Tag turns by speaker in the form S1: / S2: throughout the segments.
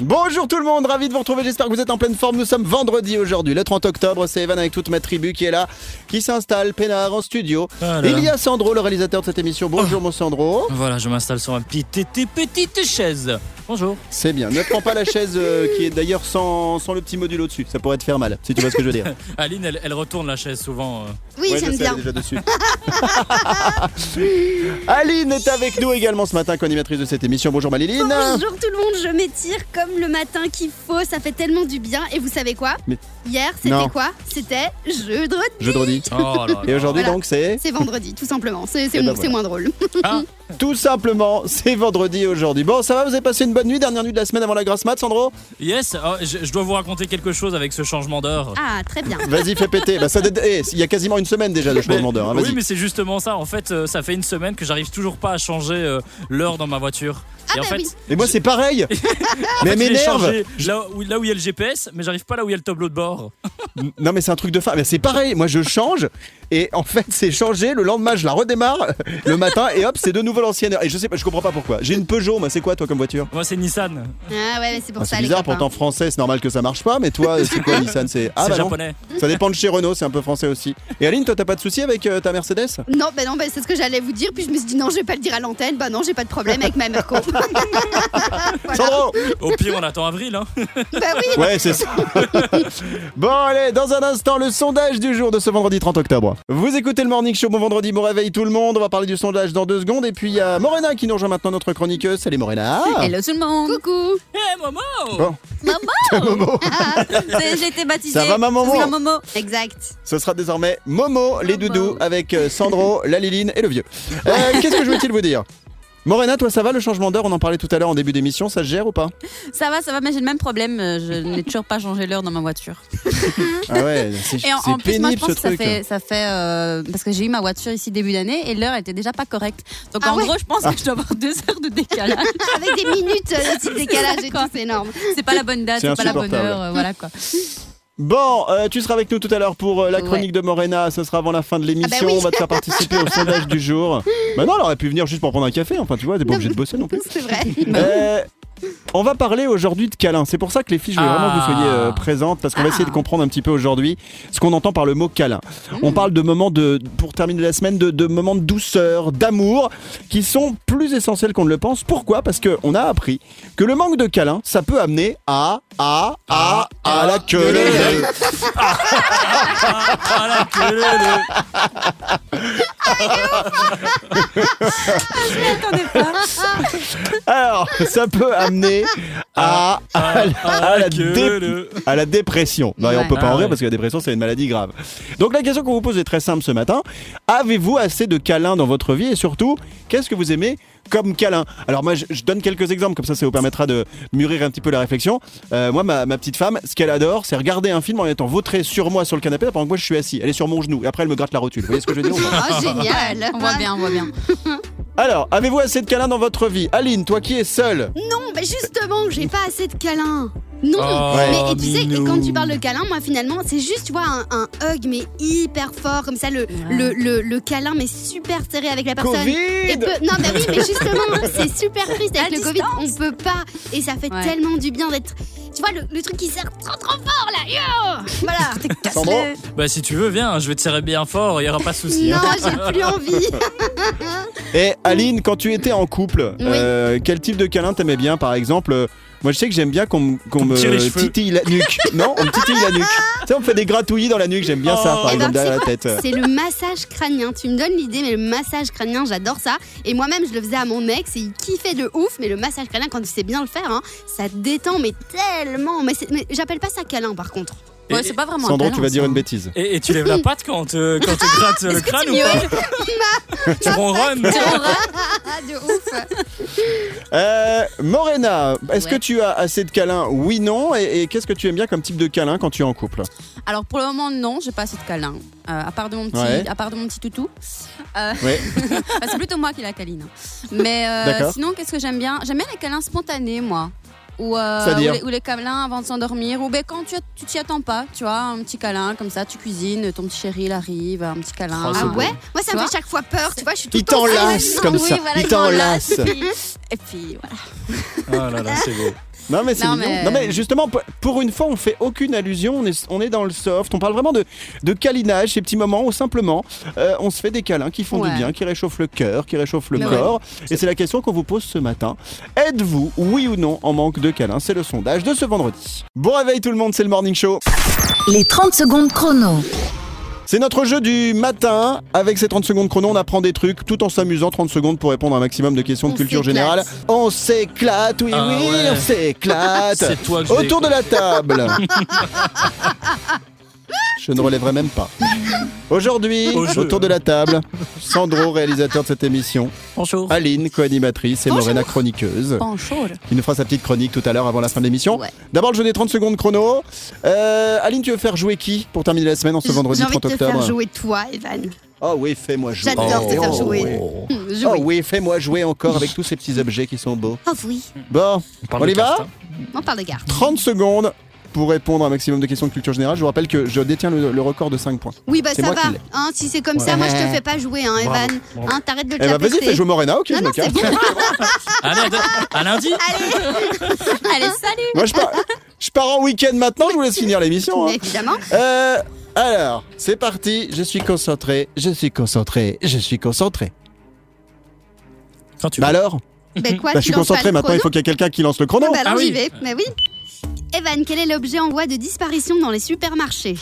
S1: Bonjour tout le monde, ravi de vous retrouver, j'espère que vous êtes en pleine forme. Nous sommes vendredi aujourd'hui, le 30 octobre, c'est Evan avec toute ma tribu qui est là, qui s'installe, peinard en studio.
S2: Voilà.
S1: Il y a Sandro, le réalisateur de cette émission. Bonjour mon Sandro.
S2: Voilà, je m'installe sur ma petite, petite, petite chaise. Bonjour.
S1: C'est bien, ne prends pas la chaise euh, qui est d'ailleurs sans, sans le petit module au-dessus, ça pourrait te faire mal, si tu vois ce que je veux dire.
S2: Aline, elle, elle retourne la chaise souvent. euh.
S3: Oui,
S1: Ouais, je
S3: j'aime
S1: sais,
S3: bien.
S1: elle est déjà dessus. Aline est avec nous également ce matin, co-animatrice de cette émission. Bonjour Maliline.
S3: Bonjour tout le monde, je m'étire comme le matin qu'il faut, ça fait tellement du bien. Et vous savez quoi
S1: Mais-
S3: Hier, c'était
S1: Non.
S3: quoi C'était jeudi.
S1: Jeudi.
S2: Oh là
S1: Et
S2: là.
S1: aujourd'hui
S3: Voilà.
S1: donc c'est
S3: C'est vendredi, tout simplement. C'est c'est
S1: Eh ben
S3: mo-
S1: voilà.
S3: c'est moins drôle.
S2: Ah,
S1: tout simplement c'est vendredi aujourd'hui. Bon ça va, vous avez passé une bonne nuit, dernière nuit de la semaine avant la grasse mat, Sandro
S2: yes, oh, je, je dois vous raconter quelque chose avec ce changement d'heure.
S3: Ah, très bien.
S1: Vas-y, fais péter. Bah, ça date- eh, il y a quasiment une semaine déjà de
S2: Mais-
S1: changement d'heure. hein,
S2: oui,
S1: vas-y.
S2: mais c'est justement ça. En fait, euh, ça fait une semaine que j'arrive toujours pas à changer euh, l'heure dans ma voiture.
S3: Ah
S2: Et en
S3: bah
S2: fait,
S3: oui.
S1: Et moi, c'est pareil.
S2: en
S1: mais
S2: fait,
S1: elle
S2: je l'ai
S1: m'énerve.
S2: changé Là où, là où il y a le GPS, mais j'arrive pas là où il y a le tableau de bord.
S1: Non, mais c'est un truc de fin. Mais c'est pareil. Moi, je change. Et en fait, c'est changé. Le lendemain, je la redémarre le matin. Et hop, c'est de nouveau l'ancienne heure. Et je sais pas, je comprends pas pourquoi. J'ai une Peugeot. Moi, c'est quoi, toi, comme voiture
S2: Moi, c'est Nissan.
S3: Ah ouais, mais c'est pour
S1: Ah,
S3: ça.
S1: C'est
S3: les
S1: bizarre.
S3: copains.
S1: Pourtant, français, c'est normal que ça marche pas. Mais toi, c'est quoi, Nissan C'est ah
S2: c'est
S1: bah non.
S2: japonais.
S1: Ça dépend de chez Renault. C'est un peu français aussi. Et Aline, toi, t'as pas de souci avec euh, ta Mercedes
S3: Non, bah non, bah c'est ce que j'allais vous dire. Puis je me suis dit, non, je vais pas le dire à l'antenne. Bah non, j'ai pas de problème avec ma Merco. Bah voilà.
S1: Sandro
S2: Au pire, on attend avril. hein.
S3: Bah oui,
S1: Ouais, c'est ça. bon, allez, dans un instant, le sondage du jour de ce vendredi 30 octobre. Vous écoutez le Morning Show, bon vendredi, bon réveil tout le monde. On va parler du sondage dans deux secondes. Et puis, il y a Morena qui nous rejoint maintenant, notre chroniqueuse. Salut Morena.
S4: Hello tout le monde
S3: coucou.
S2: Eh, maman
S1: Bon,
S4: C'est- J'ai été baptisée
S1: Ça va, ma Momo
S4: Oui, ma Momo
S3: Exact.
S1: ce sera désormais Momo, les
S4: Momo.
S1: doudous, avec euh, Sandro, la Liline et le vieux. Euh, Qu'est-ce que je voulais-il vous dire Morena, toi, ça va le changement d'heure On en parlait tout à l'heure en début d'émission, ça se gère ou pas
S4: Ça va, ça va, mais j'ai le même problème. euh, Je n'ai toujours pas changé l'heure dans ma voiture.
S1: Ah ouais, c'est
S4: Et en, en
S1: c'est
S4: plus, moi, je
S1: pénible
S4: pense
S1: ce
S4: que ça
S1: truc.
S4: fait. Ça fait euh, parce que j'ai eu ma voiture ici début d'année et l'heure était déjà pas correcte. Donc
S3: Ah
S4: en
S3: ouais
S4: gros, je pense que je dois avoir deux heures de décalage.
S3: Avec des minutes euh, de petit décalage et tout,
S4: D'accord.
S3: c'est énorme.
S4: c'est pas la bonne date,
S1: C'est
S4: c'est pas la bonne
S1: insupportable.
S4: heure. euh, voilà quoi.
S1: Bon, euh, tu seras avec nous tout à l'heure pour euh, la
S4: Ouais.
S1: chronique de Morena. Ce sera avant la fin de l'émission.
S3: Ah bah oui.
S1: On va te faire participer au sondage du jour. Bah non, elle aurait pu venir juste pour prendre un café. Enfin, tu vois, t'es pas obligé de bosser non plus.
S3: C'est vrai.
S1: Euh, on va parler aujourd'hui de câlin. C'est pour ça que les filles, je voulais vraiment que vous soyez euh,
S2: Ah.
S1: présentes parce qu'on va essayer de comprendre un petit peu aujourd'hui ce qu'on entend par le mot câlin. On parle de moments de, pour terminer la semaine, de, de moments de douceur, d'amour, qui sont plus essentiels qu'on ne le pense. Pourquoi Parce qu'on a appris que le manque de câlin, ça peut amener à, à, à, à, la queue. leu, leu.
S2: Ah la queue leu, leu.
S4: Attendez pas.
S1: Alors, ça peut amener à, à, Ah, la- à la,
S2: Ah, queue
S1: dé-
S2: leu.
S1: à la dépression. Non, et on
S4: Ouais.
S1: peut pas
S2: Ah
S1: en rire
S2: ouais.
S1: parce que la dépression, c'est une maladie grave. Donc, la question qu'on vous pose est très simple ce matin. Avez-vous assez de câlins dans votre vie et surtout, qu'est-ce que vous aimez comme câlin Alors, moi, je, je donne quelques exemples, comme ça, ça vous permettra de mûrir un petit peu la réflexion. Euh, moi, ma, ma petite femme, ce qu'elle adore, c'est regarder un film en étant vautrée sur moi sur le canapé pendant que moi je suis assis. Elle est sur mon genou et après, elle me gratte la rotule. Vous voyez ce que je veux dire ou pas
S3: Oh, génial.
S4: On voit bien, on voit bien.
S1: Alors, avez-vous assez de câlins dans votre vie Aline, toi qui es seule
S3: Non, bah justement, j'ai pas assez de câlins. Non,
S2: Oh,
S3: mais et tu sais,
S2: minou.
S3: quand tu parles de câlin, moi finalement, c'est juste, tu vois, un, un hug, mais hyper fort, comme ça, le, le, le, le câlin, mais super serré avec la personne. Et
S1: Covid
S3: peu- Non, bah oui, mais justement, c'est super triste avec
S4: À
S3: le Covid, on peut pas. Et ça fait
S4: Ouais.
S3: tellement du bien d'être. Tu vois, le, le truc qui serre trop trop fort là, yo Voilà
S1: Sandro
S2: Bah si tu veux, viens, je vais te serrer bien fort, il y aura pas de souci. hein.
S3: Non, j'ai plus envie
S1: Et Eh, Aline, quand tu étais en couple,
S3: Oui.
S1: euh, quel type de câlin t'aimais bien Par exemple, euh, moi je sais que j'aime bien qu'on me- qu'on
S2: Qu'on me
S1: me
S2: tire les cheveux.
S1: titille la nuque. non, on me titille la nuque. Tu sais, on me fait des gratouillis dans la nuque, j'aime bien ça,
S2: Oh.
S1: par
S3: Eh
S1: exemple,
S3: ben,
S1: derrière la tête.
S3: C'est le massage crânien. Tu me donnes l'idée, mais le massage crânien, j'adore ça. Et moi-même, je le faisais à mon ex et il kiffait de ouf. Mais le massage crânien, quand tu sais bien le faire, hein, ça te détend, mais tellement. Mais, c'est- mais j'appelle pas ça câlin, par contre.
S4: Ouais,
S2: Et-
S4: c'est pas vraiment. un
S1: Sandro, tu
S4: câlin,
S1: vas dire
S4: ça.
S1: une bêtise.
S2: Et, et tu lèves la patte quand, te- quand tu grattes euh, le crâne ou pas Tu ronronnes
S3: Ah, de ouf.
S1: Euh, Morena, est-ce
S4: Ouais.
S1: que tu as assez de câlins Oui, non. Et, et qu'est-ce que tu aimes bien comme type de câlin quand tu es en couple
S4: Alors pour le moment non, j'ai pas assez de câlins. Euh, à part de mon petit,
S1: Ouais.
S4: à part de mon petit toutou. Euh,
S1: Ouais.
S4: bah, c'est plutôt moi qui la câline. Mais euh,
S1: D'accord.
S4: sinon, qu'est-ce que j'aime bien J'aime bien les câlins spontanés, moi. Ou, euh,
S1: C'est-à-dire
S4: ou les, ou les câlins avant de s'endormir. Ou ben, quand tu tu t'y attends pas, tu vois, un petit câlin comme ça, tu cuisines, ton petit chéri il arrive, un petit câlin.
S1: Oh, c'est
S3: Ah
S1: beau.
S3: ouais Moi, ça
S4: Tu
S3: me
S4: vois
S3: fait chaque fois peur. Tu vois, je suis tout
S1: Il
S3: le temps.
S1: t'enlace
S4: Ah,
S1: comme
S4: oui,
S1: ça.
S4: voilà,
S1: il
S4: il m'enlace.
S1: t'enlace.
S4: Et puis voilà.
S2: Oh là là, c'est beau.
S1: Non mais c'est
S4: Non,
S1: mignon.
S4: mais-
S1: Non mais justement p- pour une fois on fait aucune allusion, on est, on est dans le soft, on parle vraiment de, de câlinage, ces petits moments où simplement euh, on se fait des câlins qui font du
S4: Ouais.
S1: bien, qui réchauffent le cœur, qui réchauffent le
S4: Mais
S1: corps. Et c'est la question qu'on vous pose ce matin. Êtes-vous oui ou non en manque de câlins C'est le sondage de ce vendredi. Bon réveil tout le monde, c'est le morning show.
S5: Les 30 secondes chrono.
S1: C'est notre jeu du matin. Avec ces 30 secondes chrono, on apprend des trucs tout en s'amusant. 30 secondes pour répondre à un maximum de questions de
S3: On
S1: culture
S3: s'éclate.
S1: générale. On s'éclate, oui,
S2: Ah
S1: oui,
S2: ouais.
S1: on s'éclate.
S2: C'est toi que je
S1: Autour de la table. Je ne relèverai même pas. Aujourd'hui,
S2: Au jeu.
S1: autour de la table, Sandro, réalisateur de cette émission,
S2: Bonjour.
S1: Aline, co-animatrice, et Morena, chroniqueuse,
S4: Bonjour.
S1: qui nous fera sa petite chronique tout à l'heure avant la fin de l'émission.
S4: Ouais.
S1: D'abord, le jeu des 30 secondes chrono. Euh, Aline, tu veux faire jouer qui pour terminer la semaine en ce vendredi
S3: J'ai envie
S1: 30
S3: de te faire
S1: octobre
S3: jouer toi, Evan.
S1: Oh oui, fais-moi jouer.
S3: J'adore te faire jouer.
S1: Oh oui, fais-moi jouer encore avec tous ces petits objets qui sont beaux.
S3: Oh oui,
S1: Bon, on y va
S3: on parle de garde.
S1: 30 secondes pour répondre à un maximum de questions de culture générale. Je vous rappelle que je détiens le, le record de 5 points.
S3: Oui, bah
S1: C'est
S3: ça
S1: moi
S3: va.
S1: qui l'ai.
S3: Hein, si c'est comme ça, moi je te fais pas jouer, hein,
S2: Bravo,
S3: Evan.
S2: bravo.
S3: Hein, T'arrêtes de le
S1: Eh bah vas-y, fais
S3: taper.
S1: jouer Morena, ok, je me casse.
S2: À lundi. à lundi.
S4: Allez, salut.
S1: Moi je pars, je pars en week-end maintenant, je vous laisse finir l'émission. hein.
S3: Mais Évidemment.
S1: Euh, alors, c'est parti, je suis concentré, je suis concentré, je suis concentré.
S2: Quand tu
S1: Bah
S2: veux.
S1: alors
S3: Mais Ben, quoi,
S1: Bah je
S3: tu
S1: suis
S3: lances pas
S1: concentré
S3: le
S1: maintenant, il
S3: chrono
S1: faut qu'il y ait quelqu'un qui lance le chrono.
S3: Ah bah alors
S2: Ah oui.
S3: j'y vais. Mais oui. Evan, quel est l'objet en voie de disparition dans les supermarchés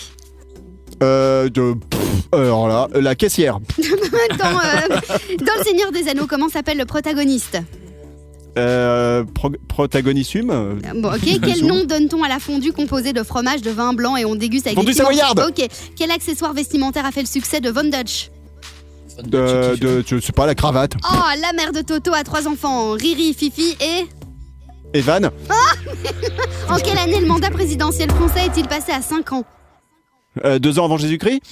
S1: Euh, de- pff, alors là, la caissière.
S3: dans, euh, dans Le Seigneur des Anneaux, comment s'appelle le protagoniste
S1: Euh, pro- protagonissum. euh,
S3: Bon, ok. Quel nom donne-t-on à la fondue composée de fromage, de vin blanc et on déguste avec
S1: Fondue
S3: des piments
S1: savoyarde.
S3: Ok. Quel accessoire vestimentaire a fait le succès de Von Dutch
S1: de, de, je sais pas, la cravate.
S3: Oh, la mère de Toto a trois enfants Riri, Fifi et.
S1: Evan,
S3: En quelle année le mandat présidentiel français est-il passé à 5 ans
S1: euh, deux ans avant Jésus-Christ.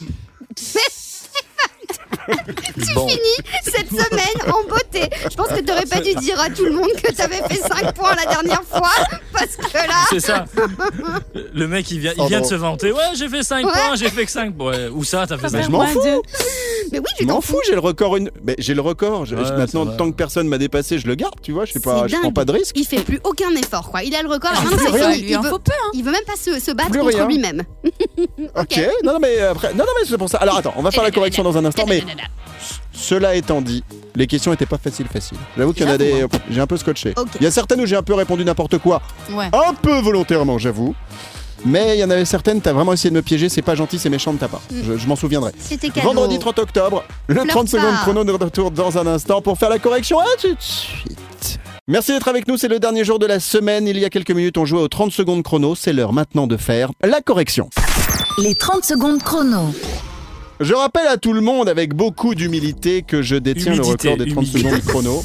S2: Bon.
S3: Fini cette semaine en beauté. Je pense que t'aurais pas dû dire à tout le monde que t'avais fait 5 points la dernière fois parce que là.
S2: C'est ça. Le mec, il vient, il
S1: Sandro.
S2: vient de se vanter. Ouais, j'ai fait 5
S3: Ouais.
S2: points, j'ai fait que 5 points. Ou ça, t'as fait 5
S1: je m'en fous.
S3: Mais oui,
S1: Je
S3: tu
S1: m'en
S3: t'en
S1: fous, j'ai le record une. Mais j'ai le record. je-
S2: Ouais,
S1: je- maintenant,
S2: ça va.
S1: tant que personne m'a dépassé, je le garde. Tu vois, je sais pas,
S3: C'est
S1: je prends
S3: dingue.
S1: pas de risque.
S3: Il fait plus aucun effort, quoi. Il a le record.
S4: Ah,
S3: Alors maintenant,
S4: c'est
S3: c'est
S4: ça,
S3: fini.
S4: lui,
S3: Il
S4: hein,
S3: veut,
S4: faut peu, hein.
S3: il veut même pas se, se battre
S1: Plus
S3: contre
S1: rien.
S3: lui-même.
S1: Ok. Non, non, mais euh, après, non, non, mais c'est pour ça. Alors attends, on va
S3: Eh,
S1: faire la correction dans un instant. Mais cela étant dit, les questions étaient pas faciles, faciles. J'avoue qu'il y en a des. euh, J'ai un peu scotché.
S3: Ok.
S1: Il y a certaines où j'ai un peu répondu n'importe quoi,
S4: Ouais.
S1: un peu volontairement, j'avoue. Mais il y en avait certaines, t'as vraiment essayé de me piéger, c'est pas gentil, c'est méchant de ta part.
S3: Mm.
S1: Je, je m'en souviendrai.
S3: C'était cadeau.
S1: Vendredi 30 octobre, le
S3: Pleure
S1: 30 secondes
S3: pas.
S1: chrono de retour dans un instant pour faire la correction. À tout de suite. Merci d'être avec nous, c'est le dernier jour de la semaine. Il y a quelques minutes, on jouait aux 30 secondes chrono. C'est l'heure maintenant de faire la correction.
S5: Les 30 secondes chrono.
S1: Je rappelle à tout le monde avec beaucoup d'humilité que je détiens
S2: Humidité,
S1: le record des 30
S2: humidité. Ah
S1: secondes chrono.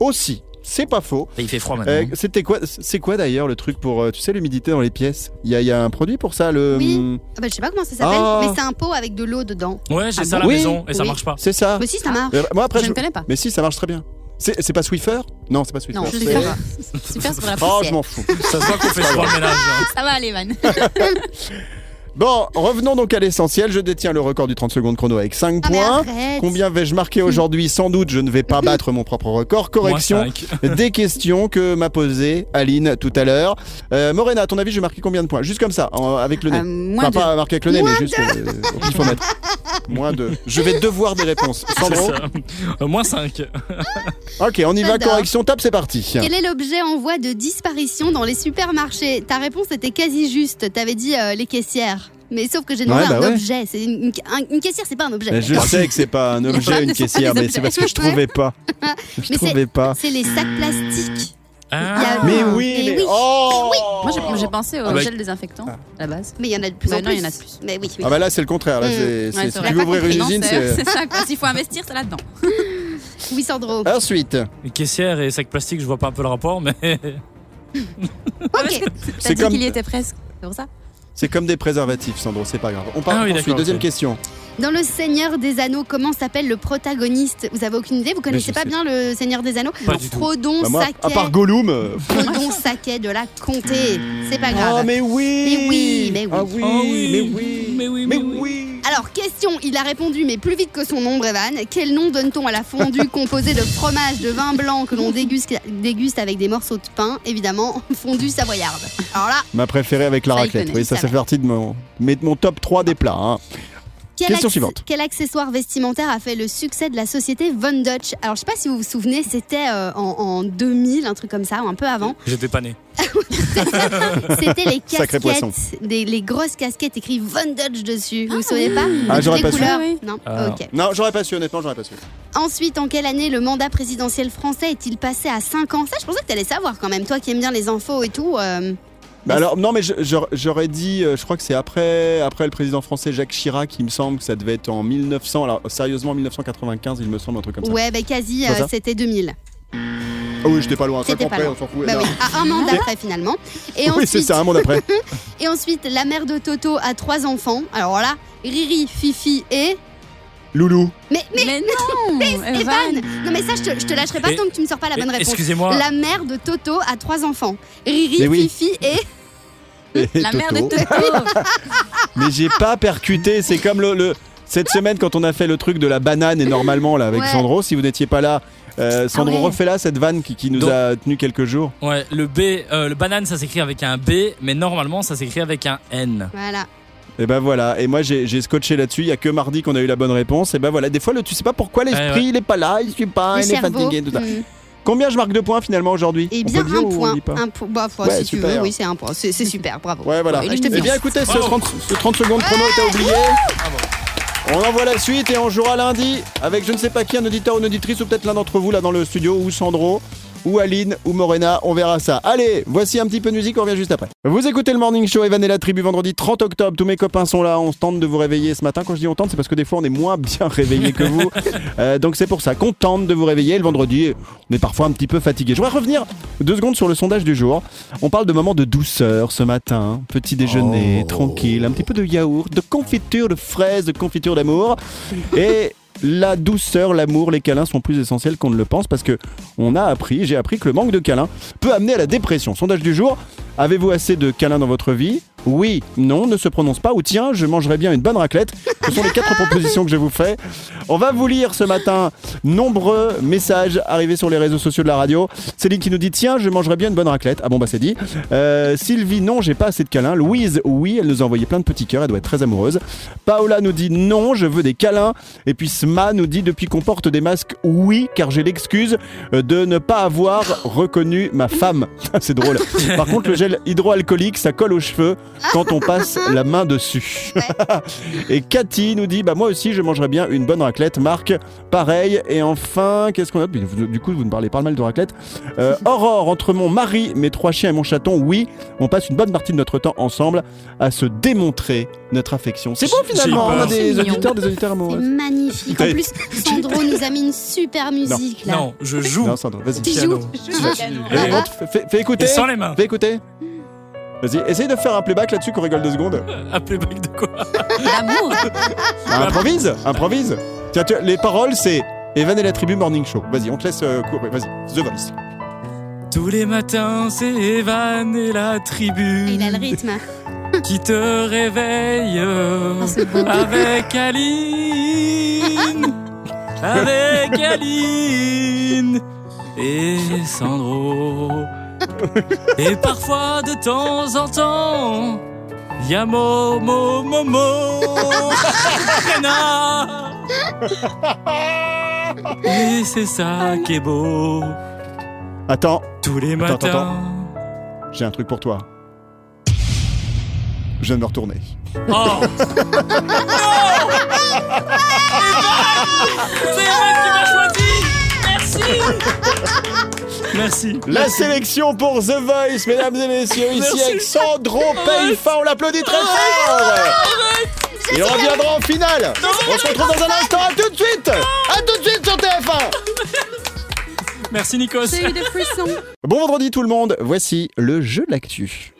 S1: Aussi, c'est pas faux.
S2: Et il fait froid maintenant.
S1: Euh, C'était quoi C'est quoi d'ailleurs le truc pour euh, tu sais l'humidité dans les pièces Il y, a- il y a un produit pour ça le
S3: Oui.
S1: hum,
S3: Ah bah, je sais pas comment ça s'appelle,
S1: Ah.
S3: mais c'est un pot avec de l'eau dedans.
S2: Ouais, j'ai
S4: Ah
S2: ça à la
S1: bon Oui,
S2: maison et ça
S3: oui.
S2: marche pas.
S1: c'est ça.
S3: Mais si, ça marche.
S1: Euh, Moi après
S4: je
S1: je-
S4: ne connais pas.
S1: mais si ça marche très bien. C'est c'est pas Swiffer Non, c'est pas Swiffer.
S4: Non, je
S1: Ah. c'est-
S4: sais pas. Super, c'est pour la
S1: Oh, je
S4: poussière.
S1: m'en fous.
S2: Ça se voit qu'on fait trois ménages. hein.
S4: Ça va, aller, Van.
S1: Bon, revenons donc à l'essentiel. Je détiens le record du 30 secondes chrono avec 5
S3: Ah, mais
S1: points.
S3: arrête.
S1: Combien vais-je marquer aujourd'hui Sans doute, je ne vais pas battre mon propre record. Correction
S2: Moins cinq.
S1: des questions que m'a posé Aline tout à l'heure. Euh, Morena, à ton avis, je vais marquer combien de points Juste comme ça, en- avec le nez.
S4: Euh, moins
S1: enfin,
S4: deux.
S1: pas marqué avec le nez, mais juste euh, au pifomètre. Moins de. Je vais devoir des réponses.
S2: C'est
S1: Sandro
S2: ça. Euh, Moins 5.
S1: Ok, on y va,
S3: J'adore.
S1: correction, tape, c'est parti.
S3: Quel est l'objet en voie de disparition dans les supermarchés Ta réponse était quasi juste. T'avais dit euh, les caissières. Mais sauf que j'ai demandé
S1: Ouais, bah
S3: un
S1: ouais.
S3: objet. C'est une, une- un- une caissière, c'est pas un objet.
S1: Ben, Je
S3: d'accord
S1: sais que c'est pas un objet, une
S4: Ce sont
S1: caissière,
S4: des
S1: mais c'est
S4: objets.
S1: parce que je trouvais pas. Je
S3: Mais c'est-
S1: trouvais pas.
S3: C'est les sacs plastiques. Ah.
S1: Mais oui, mais,
S3: Mais oui.
S1: oh
S4: Moi, j'ai- j'ai pensé au
S2: Ah bah-
S4: gel désinfectant à la base.
S3: Mais il y en a de plus
S4: Bah
S3: en
S4: non,
S3: plus.
S4: il y en a de plus.
S3: Mais oui, oui.
S1: Ah bah là, c'est le contraire. Là,
S3: Mm.
S1: c'est- c'est-
S4: Ouais,
S1: si
S4: t'aurais
S1: tu veux
S4: pas hein.
S1: ouvrir
S4: compris,
S1: une
S4: non,
S1: usine,
S4: c'est
S1: c'est...
S4: c'est ça. quoi. S'il faut investir, c'est là-dedans.
S1: bah.
S3: oui, Sandro.
S1: euh, Ensuite,
S2: Une Caissière et sac plastique, je vois pas un peu le rapport, mais.
S3: Ok.
S4: T'as
S1: c'est
S4: dit
S1: comme,
S4: qu'il y était presque. C'est pour ça.
S1: c'est comme des préservatifs, Sandro, c'est pas grave. On part
S2: Ah oui,
S1: ensuite,
S2: d'accord,
S1: deuxième
S2: ok.
S1: question.
S3: Dans Le Seigneur des Anneaux, comment s'appelle le protagoniste Vous avez aucune idée Vous connaissez
S1: je
S3: pas
S1: sais.
S3: bien Le Seigneur des Anneaux
S2: Pas du tout.
S3: Frodon
S1: Bah, moi, à
S3: Saquet.
S1: part Gollum... euh,
S3: Frodon Saquet de la Comté. C'est pas grave.
S1: Oh mais oui
S3: Mais oui, mais oui.
S1: Ah oui,
S2: Oh oui,
S1: mais oui
S2: mais oui,
S1: Mais
S2: mais oui.
S1: oui
S3: Alors, question, il a répondu, mais plus vite que son nom, Evan. Quel nom donne-t-on à la fondue composée de fromage, de vin blanc que l'on déguste, déguste avec des morceaux de pain Évidemment, fondue savoyarde. Alors là,
S1: Ma préférée avec la
S4: Ça, il
S1: raclette.
S4: connaît,
S1: Oui, ça,
S4: ça
S1: fait partie de mon, mais de mon top 3 des plats. hein.
S3: quel,
S1: Question suivante.
S3: quel accessoire vestimentaire a fait le succès de la société Von Dutch Alors, je sais pas si vous vous souvenez, c'était euh, en, en 2000, un truc comme ça, ou un peu avant.
S2: J'étais pas né.
S3: C'était les
S1: Sacré poisson.
S3: casquettes, des, les grosses casquettes écrites Von Dutch dessus. vous vous souvenez pas
S1: Ah,
S3: Toutes
S1: j'aurais
S3: les
S1: pas su.
S3: couleurs
S4: Ah oui.
S3: Non
S2: Ah.
S3: Ok.
S1: Non, j'aurais pas su, honnêtement, j'aurais pas su.
S3: Ensuite, en quelle année le mandat présidentiel français est-il passé à 5 ans Ça, je pensais que t'allais savoir quand même. Toi qui aimes bien les infos et tout. euh,
S1: Bah alors, non, mais je- j'aurais- j'aurais dit, euh, je crois que c'est après, après le président français Jacques Chirac, il me semble que ça devait être en 1900, alors sérieusement 1995, il me semble, un truc comme ça.
S3: Ouais, bah quasi,
S1: Comme
S3: euh,
S1: ça
S3: c'était 2000.
S1: Ah oui, j'étais pas loin,
S3: C'était
S1: cinq ans
S3: pas
S1: près,
S3: loin.
S1: on s'en fout.
S3: Bah
S1: non.
S3: oui, à un mandat après finalement. Et
S1: Oui, c'est
S3: ensuite,
S1: ça, un monde après.
S3: et ensuite, la mère de Toto a trois enfants. Alors là, Riri, Fifi et.
S1: Loulou.
S3: Mais, mais,
S4: Mais non
S3: Evan Non, mais ça, je te, je te lâcherai pas
S2: Et-
S3: tant que tu me sors pas la bonne
S2: Eh,
S3: réponse.
S2: Excusez-moi.
S3: La mère de Toto a trois enfants. Riri,
S1: Mais oui.
S3: Fifi et.
S1: et
S4: La mère de
S1: Toto.
S4: Toto
S1: Mais j'ai pas percuté, c'est comme le, le- cette semaine quand on a fait le truc de la banane et normalement là avec
S3: Ouais.
S1: Sandro, si vous n'étiez pas là, euh, Sandro
S3: Ah ouais.
S1: refait là cette vanne qui, qui nous
S2: Donc-
S1: a tenu quelques jours.
S2: Ouais, le B, euh, le banane, ça s'écrit avec un B, mais normalement, ça s'écrit avec un N.
S3: Voilà.
S1: Et ben voilà, et moi j'ai j'ai scotché là-dessus, il y a que mardi qu'on a eu la bonne réponse. Et ben voilà, des fois le, tu sais pas pourquoi l'esprit
S2: Ouais, ouais.
S1: il est pas là, il suit pas,
S3: Le
S1: il est
S3: cerveau,
S1: fatigué, tout ça.
S3: hmm.
S1: Combien je marque de points finalement aujourd'hui
S3: Et
S1: On
S3: Eh bien
S1: peut le dire
S3: un
S1: ou on
S3: point.
S1: dit pas
S3: Un point. Bah, enfin,
S1: Ouais,
S3: si tu
S1: super.
S3: veux, oui, c'est un point. C'est c'est super, bravo.
S1: Ouais, voilà.
S4: Ouais, il
S3: est
S1: Eh bien,
S3: bien.
S1: écoutez, ce
S2: Bravo.
S1: 30, ce 30 secondes chrono était oublié. On envoie la suite et on jouera lundi avec je ne sais pas qui, un auditeur ou une auditrice, ou peut-être l'un d'entre vous là dans le studio, ou Sandro, ou Aline, ou Morena. On verra ça. Allez, voici un petit peu de musique, on revient juste après. Vous écoutez le Morning Show, Evan et la tribu, vendredi 30 octobre. Tous mes copains sont là, on tente de vous réveiller ce matin. Quand je dis on tente, c'est parce que des fois on est moins bien réveillé que vous. Euh, donc c'est pour ça qu'on tente de vous réveiller le vendredi. On est parfois un petit peu fatigué. Je voudrais revenir deux secondes sur le sondage du jour. On parle de moments de douceur ce matin, petit déjeuner, tranquille, un petit peu de yaourt, de confiture de fraises, de confiture d'amour. Et la douceur, l'amour, les câlins sont plus essentiels qu'on ne le pense parce que on a appris, j'ai appris que le manque de câlins peut amener à la dépression. Sondage du jour, avez-vous assez de câlins dans votre vie Oui, non, ne se prononce pas ou tiens, je mangerais bien une bonne raclette. Ce sont les quatre propositions que je vous fais. On va vous lire ce matin nombreux messages arrivés sur les réseaux sociaux de la radio. Céline qui nous dit tiens, je mangerais bien une bonne raclette. Ah bon bah c'est dit. Euh, Sylvie non, j'ai pas assez de câlins. Louise oui, elle nous a envoyé plein de petits cœurs, elle doit être très amoureuse. Paola nous dit non, je veux des câlins. Et puis Sma nous dit depuis qu'on porte des masques oui, car j'ai l'excuse euh, de ne pas avoir reconnu ma femme. c'est drôle. Par contre le gel hydroalcoolique, ça colle aux cheveux quand on passe la main dessus. Et Cathy nous dit bah moi aussi je mangerais bien une bonne raclette. Marc pareil. Et enfin qu'est-ce qu'on a Du coup vous ne parlez pas mal de raclette. Euh, Aurore entre mon mari, mes trois chiens et mon chaton. Oui, on passe une bonne partie de notre temps ensemble à se démontrer notre affection. C'est bon
S2: J'ai- j'ai eu
S1: finalement. On a
S2: peur.
S1: des
S4: C'est mignon.
S1: auditeurs, des auditeurs
S3: C'est
S1: amoureux.
S3: magnifique. En plus, Sandro nous a mis une super musique là.
S2: Non, je joue.
S1: Non, Sandra, vas-y.
S3: Tu
S2: Piano.
S3: joues
S1: Vas-y,
S3: Ah.
S1: montre, fais- fais, fais écouter.
S2: Et sans les mains.
S1: Fais écouter. Vas-y, essaye de faire un playback là-dessus qu'on rigole deux secondes.
S2: Appelez back de quoi
S4: L'amour
S2: bah,
S1: Ah, improvise, improvise. Tiens, tu- les paroles c'est Evan et la tribu Morning Show. Vas-y, on te laisse euh, courir. Vas-y, The Voice.
S2: Tous les matins, c'est Evan et la tribu.
S3: Ah, Il a le rythme.
S2: qui te réveille avec Aline, avec Aline et Sandro. Et parfois, de temps en temps, y a Momo, Momo, Rena. Et c'est ça qui est beau.
S1: Attends,
S2: Tous les
S1: Attends, attends,
S2: matins.
S1: attends. j'ai un truc pour toi. Je viens de me retourner.
S2: Oh Non C'est Evan qui m'a choisi Merci Merci.
S1: La sélection pour The Voice, mesdames et messieurs, ici
S2: Merci.
S1: avec Sandro Peifa. On l'applaudit très fort. Il reviendra en finale. On se retrouve dans un instant. À tout de suite. À tout de suite sur TF1.
S2: Merci Nikos.
S4: J'ai eu des frissons.
S1: Bon vendredi tout le monde, voici le jeu de l'actu.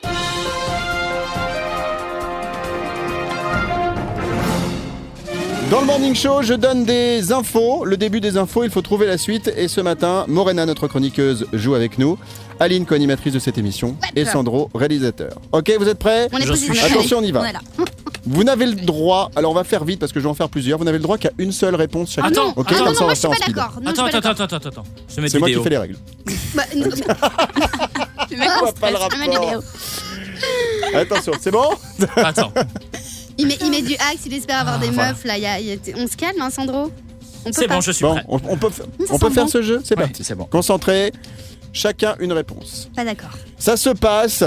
S1: Dans le morning show, je donne des infos. Le début des infos, il faut trouver la suite. Et ce matin, Morena, notre chroniqueuse, joue avec nous. Aline, co-animatrice de cette émission. Et Sandro, réalisateur. Ok, vous êtes prêts
S3: On est
S2: Je suis
S3: positif.
S1: Attention, on y va.
S4: On est là.
S1: Vous n'avez le droit, alors on va faire vite parce que je vais en faire plusieurs. Vous n'avez le droit qu'à une seule réponse chacun.
S2: Ah non,
S1: ok,
S3: ah non,
S1: comme
S3: non,
S1: ça on
S3: moi je
S1: reste
S3: suis
S1: en
S3: pas
S1: speed.
S3: d'accord. Non, je
S2: Attends,
S3: suis pas
S2: attends,
S3: d'accord.
S2: attends, attends, attends. Je mets
S1: C'est moi qui
S2: vidéo.
S1: fais les règles.
S3: Bah, non,
S4: Tu mets
S1: vois pas le
S4: un stress, tu mets
S1: rapport.
S4: des vidéos.
S1: Attention, c'est bon
S2: Attends.
S3: il, met, il met du axe, il espère avoir
S2: Ah,
S3: des
S2: voilà.
S3: meufs là. Il y a- il y a- on se calme, hein, Sandro On peut
S2: C'est
S3: pas.
S2: bon, je suis
S1: Bon,
S2: prêt.
S1: on, on peut, f- on
S4: sent
S1: peut faire
S4: bon.
S1: ce jeu C'est
S2: Ouais,
S1: parti.
S2: c'est bon.
S1: Concentré, chacun une réponse.
S3: Pas d'accord.
S1: Ça se passe,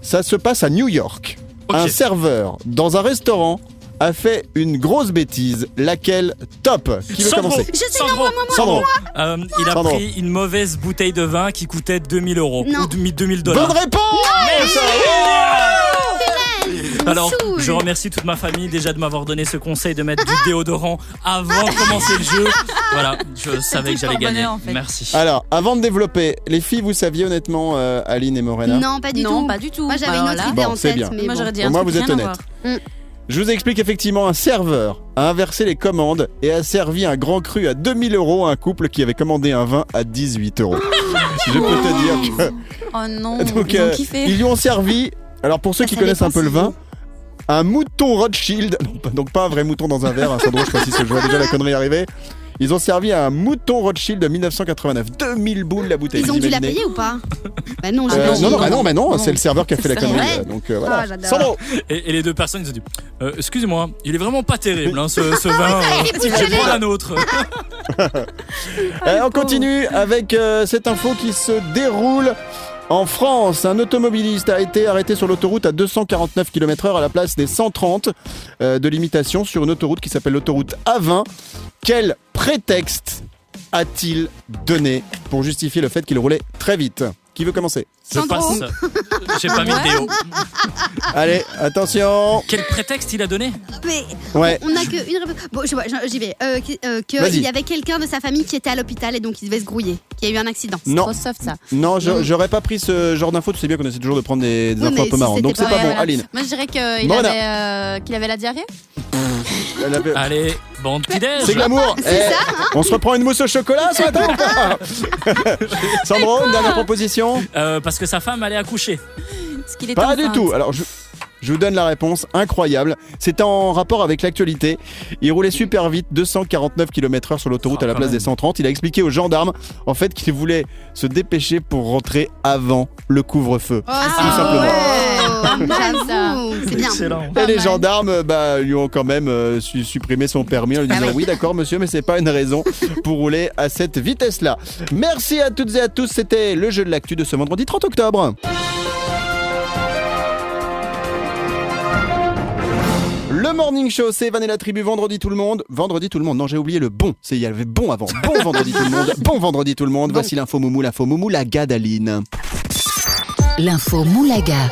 S1: ça se passe à New York.
S2: Ok.
S1: Un serveur dans un restaurant a fait une grosse bêtise, laquelle top Qui veut
S2: Sandro.
S1: commencer
S3: Je sais,
S2: Sandro.
S1: Sandro,
S2: Euh, il a
S1: Sandro.
S2: pris une mauvaise bouteille de vin qui coûtait 2000 euros
S3: Non.
S2: ou 2000
S1: bonne
S2: dollars.
S1: réponse
S2: Alors,
S3: saoule.
S2: je remercie toute ma famille déjà de m'avoir donné ce conseil de mettre du déodorant avant de commencer le jeu. Voilà, je savais que j'allais
S4: par
S2: gagner.
S4: bonheur, en fait.
S2: Merci.
S1: Alors, avant de développer, les filles, vous saviez honnêtement euh, Aline et Morena
S3: Non, pas du
S4: non,
S3: tout.
S4: pas du tout.
S3: Moi j'avais
S4: Bah,
S3: une
S4: alors
S3: autre
S4: là,
S3: idée
S1: Bon,
S3: en
S1: c'est
S3: tête.
S1: bien.
S3: Mais
S4: Moi
S3: bon.
S4: j'aurais dit
S1: Au
S4: un
S1: moins,
S4: truc
S1: vous êtes
S4: rien à
S1: honnête.
S4: voir.
S1: Je vous explique effectivement, un serveur a inversé les commandes et a servi un grand cru à 2000 euros à un couple qui avait commandé un vin à 18 euros. Je peux te dire que...
S4: Oh non,
S1: Donc,
S4: ils ont
S1: euh,
S4: kiffé.
S1: ils lui ont servi, alors pour ceux
S3: Ah,
S1: qui
S3: ça
S1: connaissent un peu le
S3: dépend
S1: vin, un mouton Rothschild, non, pas- donc pas un vrai mouton dans un verre, hein, Sandro, je sais pas si ça- je vois déjà la connerie arriver. Ils ont servi un mouton Rothschild de 1989, 2000 boules la bouteille.
S3: Ils ont
S1: vous
S3: dû la
S1: imaginez
S3: payer ou pas Bah non, Ah
S1: Euh,
S3: j'imagine.
S1: non, non, bah non, bah non,
S4: Non.
S1: c'est le serveur qui a fait la
S4: C'est
S1: connerie.
S3: vrai
S1: euh, Donc euh, voilà.
S3: Ah, j'adore.
S1: Sandro,
S2: Et, et les deux personnes, ils ont dit Euh, Excusez-moi, il est vraiment pas terrible hein, ce, ce vin.
S3: il est
S2: euh, je vais prendre un autre.
S1: euh, on continue avec euh, cette info qui se déroule. En France, un automobiliste a été arrêté sur l'autoroute à 249 km/h à la place des 130 euh, de limitation sur une autoroute qui s'appelle l'autoroute A20. Quel prétexte a-t-il donné pour justifier le fait qu'il roulait très vite Qui veut commencer
S2: Je passe. J'ai pas mis de déo.
S3: Ah.
S1: Allez, attention
S2: Quel prétexte il a donné
S3: Mais
S1: Ouais,
S3: on a que une réponse. Bon, je vois, je- j'y vais. Euh, que- euh, que
S1: Vas-y.
S3: il y avait quelqu'un de sa famille qui était à l'hôpital et donc il devait se grouiller, qui a eu un accident.
S1: non,
S4: Trop soft ça.
S1: non, je- j'aurais pas pris ce genre d'infos, tu sais bien qu'on essaie toujours de prendre des, des
S3: Oui,
S1: infos un
S3: mais
S1: peu
S3: si
S1: marrantes,
S3: c'était
S1: donc c'est
S4: Ouais,
S1: pas bon,
S4: voilà.
S1: Aline.
S4: Moi je dirais qu'il
S1: Mona.
S4: avait, euh, qu'il avait la diarrhée.
S1: elle avait-
S2: Allez, bande petit
S1: C'est glamour Eh, On se reprend une mousse au chocolat ce matin ou pas Sandro, une dernière proposition
S2: Euh, Parce que sa femme allait accoucher.
S4: Parce qu'il était
S1: Pas du
S4: enceinte.
S1: tout. Alors, je, je vous donne la réponse. Incroyable. C'était en rapport avec l'actualité. Il roulait super vite, 249 km/h sur l'autoroute
S2: Ah,
S1: à la
S2: quand
S1: place des
S2: même.
S1: 130. Il a expliqué aux gendarmes, en fait, qu'il voulait se dépêcher pour rentrer avant le couvre-feu.
S3: Oh,
S4: Ah,
S1: Ah, simplement.
S3: ouais.
S4: mal, ça.
S3: J'avoue, C'est bien.
S2: Excellent.
S1: Et
S4: Pas
S1: les
S4: mal.
S1: gendarmes euh, bah, lui ont quand même euh, su- supprimé son permis en lui
S3: Ah
S1: disant
S3: ouais.
S1: oui d'accord monsieur mais c'est pas une raison pour rouler à cette vitesse là. Merci à toutes et à tous, c'était le jeu de l'actu de ce vendredi 30 octobre. Le morning show, c'est Van et la tribu, vendredi tout le monde. Vendredi tout le monde, non j'ai oublié le bon, C'est- il y avait bon avant. Bon vendredi tout le monde, bon vendredi tout le monde. Voici l'info moumou, l'info moumou, la gadaline.
S5: L'info Moulaga.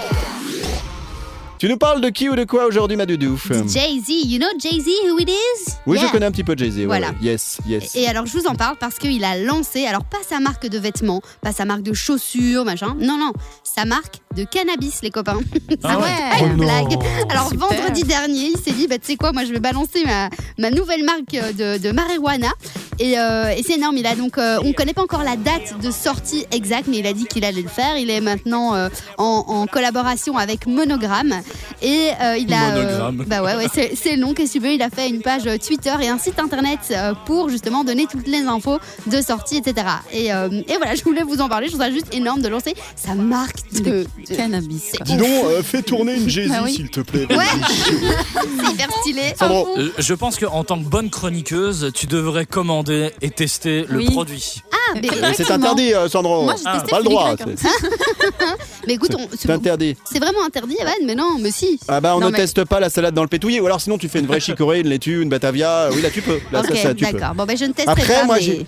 S1: Tu nous parles de qui ou de quoi aujourd'hui ma doudouf
S3: Jay-Z, you know Jay-Z who it is
S1: Oui
S3: Yeah.
S1: je connais un petit peu Jay-Z, ouais,
S3: Voilà.
S1: ouais. yes, yes.
S3: Et alors je vous en parle parce qu'il a lancé, alors pas sa marque de vêtements, pas sa marque de chaussures, machin, non, non, sa marque de cannabis, les copains.
S4: Ah ouais.
S3: Quelle
S2: Oh non.
S3: blague Alors
S4: Super.
S3: vendredi dernier, il s'est dit, bah, tu sais quoi, moi je vais balancer ma, ma nouvelle marque euh, de, de marijuana. Et, euh, et c'est énorme, il a donc, euh, on ne connaît pas encore la date de sortie exacte, mais il a dit qu'il allait le faire. Il est maintenant euh, en, en collaboration avec Monogramme. Et euh, il a... euh,
S2: Monogramme.
S3: bah ouais, ouais c'est- c'est long, qu'est-ce que tu veux, il a fait une page euh, Twitter et un site internet euh, pour justement donner toutes les infos de sortie, etc. Et, euh, et voilà, je voulais vous en parler, je trouve ça juste énorme de lancer sa marque de... de-
S4: Cannabis. quoi.
S1: Dis donc, euh, fais tourner une Jésus,
S4: Bah oui.
S1: s'il te plaît.
S3: Ouais, c'est hyper stylé.
S1: Sandro,
S2: Euh, Je pense qu'en tant que bonne chroniqueuse, tu devrais commander et tester le
S4: Oui.
S2: produit.
S3: Ah, mais,
S1: euh, c'est interdit, euh, Sandro.
S4: Moi, j'ai
S2: Ah,
S4: testé
S1: pas le droit.
S4: Feligrec,
S1: c'est-
S3: mais écoute, on-
S1: C'est interdit.
S3: c'est vraiment interdit, Evan, mais non, mais si.
S1: Ah bah, on
S4: Non,
S1: ne
S4: mais-
S1: teste pas la salade dans le pétouillé. Ou alors, sinon, tu fais une vraie chicorée, une laitue, une batavia. Oui, là, tu peux. Là, ça,
S3: ok,
S1: ça, tu peux.
S3: d'accord. Bon, ben je ne testerai
S1: Après,
S3: pas.
S1: moi,
S3: mais-
S1: j'ai.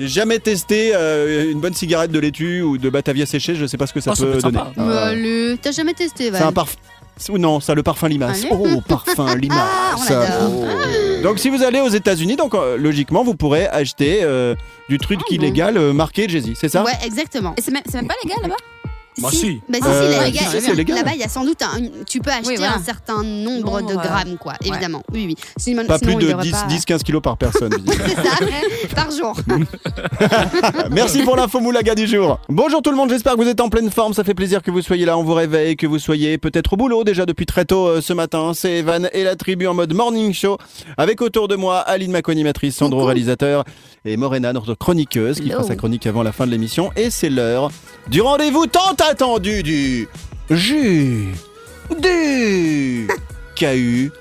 S1: J'ai jamais testé euh, une bonne cigarette de laitue ou de Batavia séchée, je sais pas ce que ça
S2: Oh, ça
S1: peut,
S2: peut être
S1: donner.
S2: sympa.
S1: Euh,
S3: Mais allez, T'as jamais testé,
S1: c'est
S3: Val
S1: un parfum. c'est- ou Non, ça le parfum limace.
S3: Allez.
S1: Oh, parfum limace.
S3: adore.
S1: Oh. Donc si vous allez aux États-Unis, donc euh, logiquement vous pourrez acheter euh, du truc
S3: bon.
S1: illégal euh, marqué Jay-Z, c'est ça
S3: Ouais, exactement.
S4: Et c'est même, c'est même pas légal là-bas
S2: Bah si.
S3: Bah, si, si,
S1: Euh,
S3: les
S1: si,
S3: gars,
S1: si, c'est légal.
S3: Là-bas, il y a sans doute un. Tu peux acheter
S4: voilà.
S3: un certain nombre de
S4: Nombre, euh,
S3: grammes, quoi, évidemment. Oui, oui. Sinon,
S1: Pas
S3: sinon,
S1: plus
S3: il y
S1: de
S3: aurait
S1: 10,
S3: pas-
S1: 10 15 kilos par personne. visiblement.
S3: C'est ça, par jour.
S1: Merci pour l'info moulaga du jour. Bonjour tout le monde, j'espère que vous êtes en pleine forme. Ça fait plaisir que vous soyez là, on vous réveille, que vous soyez peut-être au boulot déjà depuis très tôt euh, ce matin. C'est Evan et la tribu en mode morning show. Avec autour de moi Aline, ma co-animatrice, Sandro, réalisateur, et Morena, notre chroniqueuse, qui
S4: Hello.
S1: fera sa chronique avant la fin de l'émission. Et c'est l'heure du rendez-vous tant attendu du jus du KUQ.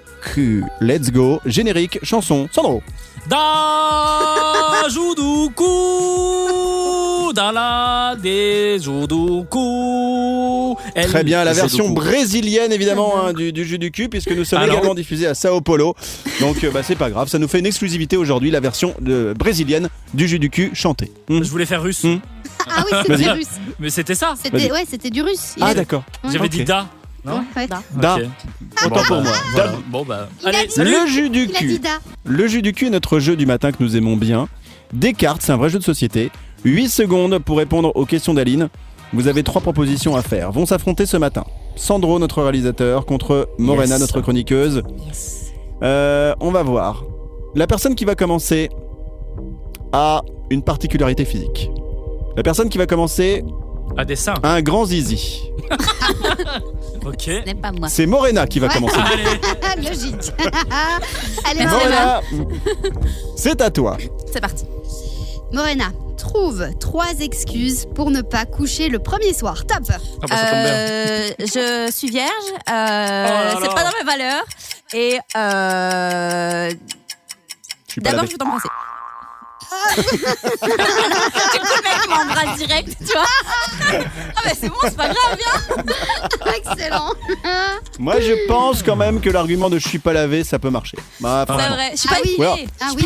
S1: Let's go, générique, chanson, Sandro.
S2: Da Judoku Da la des Judoku Elle-
S1: Très bien, la
S2: Judoku.
S1: version brésilienne évidemment hein, du, du jus du cul, puisque nous sommes
S2: Alors
S1: également diffusés à Sao Paulo. Donc euh, bah, c'est pas grave, ça nous fait une exclusivité aujourd'hui, la version de- brésilienne du jus du cul chanté. Hmm.
S2: Je voulais faire russe,
S1: Hmm.
S3: Ah oui, c'était
S1: Vas-y.
S3: russe.
S2: mais c'était ça.
S1: Vas-y.
S3: C'était, ouais, c'était du russe. Il
S1: Ah
S3: est-
S1: d'accord,
S2: J'avais
S1: Ok.
S2: dit da. non
S3: Ouais.
S1: Da.
S2: Ok.
S1: autant
S2: Bon,
S1: pour
S2: bah,
S1: moi.
S2: voilà.
S1: Da-
S2: Bon bah.
S3: Il a
S2: Allez,
S3: dit-
S2: salut.
S1: Le jus du
S3: Il a dit
S1: cul.
S3: da.
S1: Le jus du cul est notre jeu du matin que nous aimons bien. Des cartes, c'est un vrai jeu de société. 8 secondes pour répondre aux questions d'Aline. Vous avez trois propositions à faire. Vont s'affronter ce matin. Sandro, notre réalisateur, contre Morena,
S2: Yes.
S1: notre chroniqueuse. Euh, on va voir. La personne qui va commencer a une particularité physique. La personne qui va commencer
S2: À dessin.
S1: a un grand zizi.
S2: Ok.
S3: Euh,
S4: Ce n'est pas moi.
S1: C'est Morena qui va
S3: Ouais.
S1: commencer.
S2: Allez,
S3: Ah, Logique. Allez,
S4: Merci,
S3: Morena.
S1: Morena, c'est à toi.
S4: C'est parti.
S3: Morena, trouve trois excuses pour ne pas coucher le premier soir. Top.
S2: Ah bah, ça tombe bien.
S4: Euh, je suis vierge, euh,
S2: là là.
S4: c'est pas dans mes valeurs. Et euh,
S1: Je suis pas la
S4: d'abord,
S1: dé-
S4: je veux t'embrasser. du coup, le mec il m'embrasse direct, tu vois. Ah, bah c'est bon, c'est pas grave, viens.
S3: Excellent. Ah
S1: Moi, je pense quand même que l'argument de je suis pas lavé, ça peut marcher. Bah,
S4: C'est
S1: franchement.
S4: vrai, je suis
S3: Ah
S4: pas
S3: oui.
S4: épilée.
S1: Ouais.
S3: Ah oui.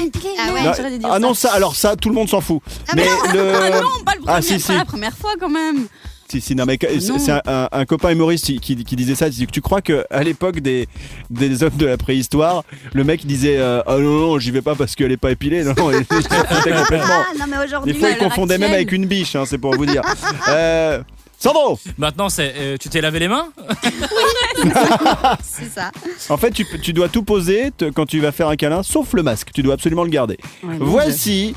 S3: Ah ouais.
S1: Non,
S4: j'aurais dû dire
S1: ah
S4: ça.
S1: non, ça, alors ça, tout le monde s'en fout.
S3: Ah
S1: mais le.
S4: Ah non, pas, le
S1: Ah,
S4: premier-
S1: si, si.
S4: pas la première fois quand même.
S1: Si, si, non, mais c'est-
S4: non.
S1: c'est un, un- un copain humoriste qui, qui- qui disait ça. Il dit que tu crois qu'à l'époque des, des hommes de la préhistoire, le mec il disait euh, Ah non, non, j'y vais pas parce qu'elle est pas épilée. Non, non, il il s'en foutait complètement.
S3: Ah non, mais
S1: Des
S3: aujourd'hui.
S1: fois,
S4: à
S1: il
S4: l'heure
S1: confondait même
S4: actuelle.
S1: avec une biche, hein, c'est pour vous dire. Euh, Sandro
S2: Maintenant, c'est. euh, tu t'es lavé les mains
S3: C'est ça.
S1: En fait, tu, tu dois tout poser te- quand tu vas faire un câlin, sauf le masque. Tu dois absolument le garder. voici,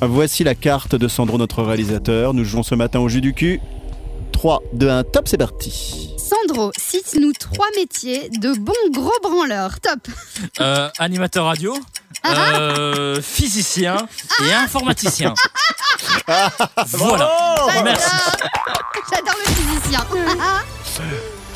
S1: voici la carte de Sandro, notre réalisateur. Nous jouons ce matin au jus du cul. 3, 2, 1, top, c'est parti.
S3: Sandro, cite-nous trois métiers de bons gros branleurs. Top.
S2: Euh, Animateur radio, euh, physicien et informaticien.
S3: Ah.
S2: Voilà.
S3: Oh
S1: Bravo
S2: Oh, Merci.
S3: J'adore le physicien.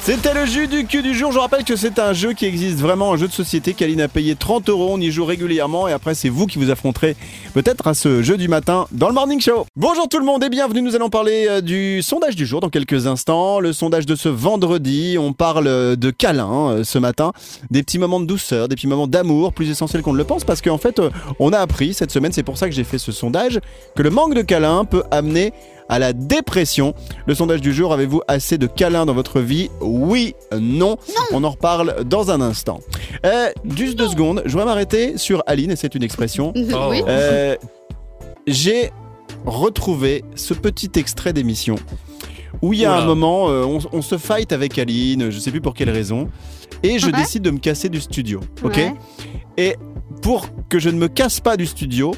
S1: C'était le jus du cul du jour. Je vous rappelle que c'est un jeu qui existe vraiment, un jeu de société qu'Aline a payé 30 euros. On y joue régulièrement et après, c'est vous qui vous affronterez peut-être à ce jeu du matin dans le Morning Show. Bonjour tout le monde et bienvenue. Nous allons parler euh, du sondage du jour dans quelques instants. Le sondage de ce vendredi. On parle euh, de câlins euh, ce matin, des petits moments de douceur, des petits moments d'amour, plus essentiels qu'on ne le pense parce qu'en fait, euh, on a appris cette semaine, c'est pour ça que j'ai fait ce sondage, que le manque de câlins peut amener à la dépression. Le sondage du jour, avez-vous assez de câlins dans votre vie Oui, non. On en reparle dans un instant. Euh, juste deux secondes, je vais m'arrêter sur Aline, et c'est une expression.
S2: Oh.
S3: Ah. Oui.
S1: Euh, J'ai retrouvé ce petit extrait d'émission où il y a
S2: Oula.
S1: un moment, euh, on, on se fight avec Aline, je sais plus pour quelle raison, et je
S3: Ouais.
S1: décide de me casser du studio. Ok
S3: Ouais.
S1: et pour que je ne me casse pas du studio,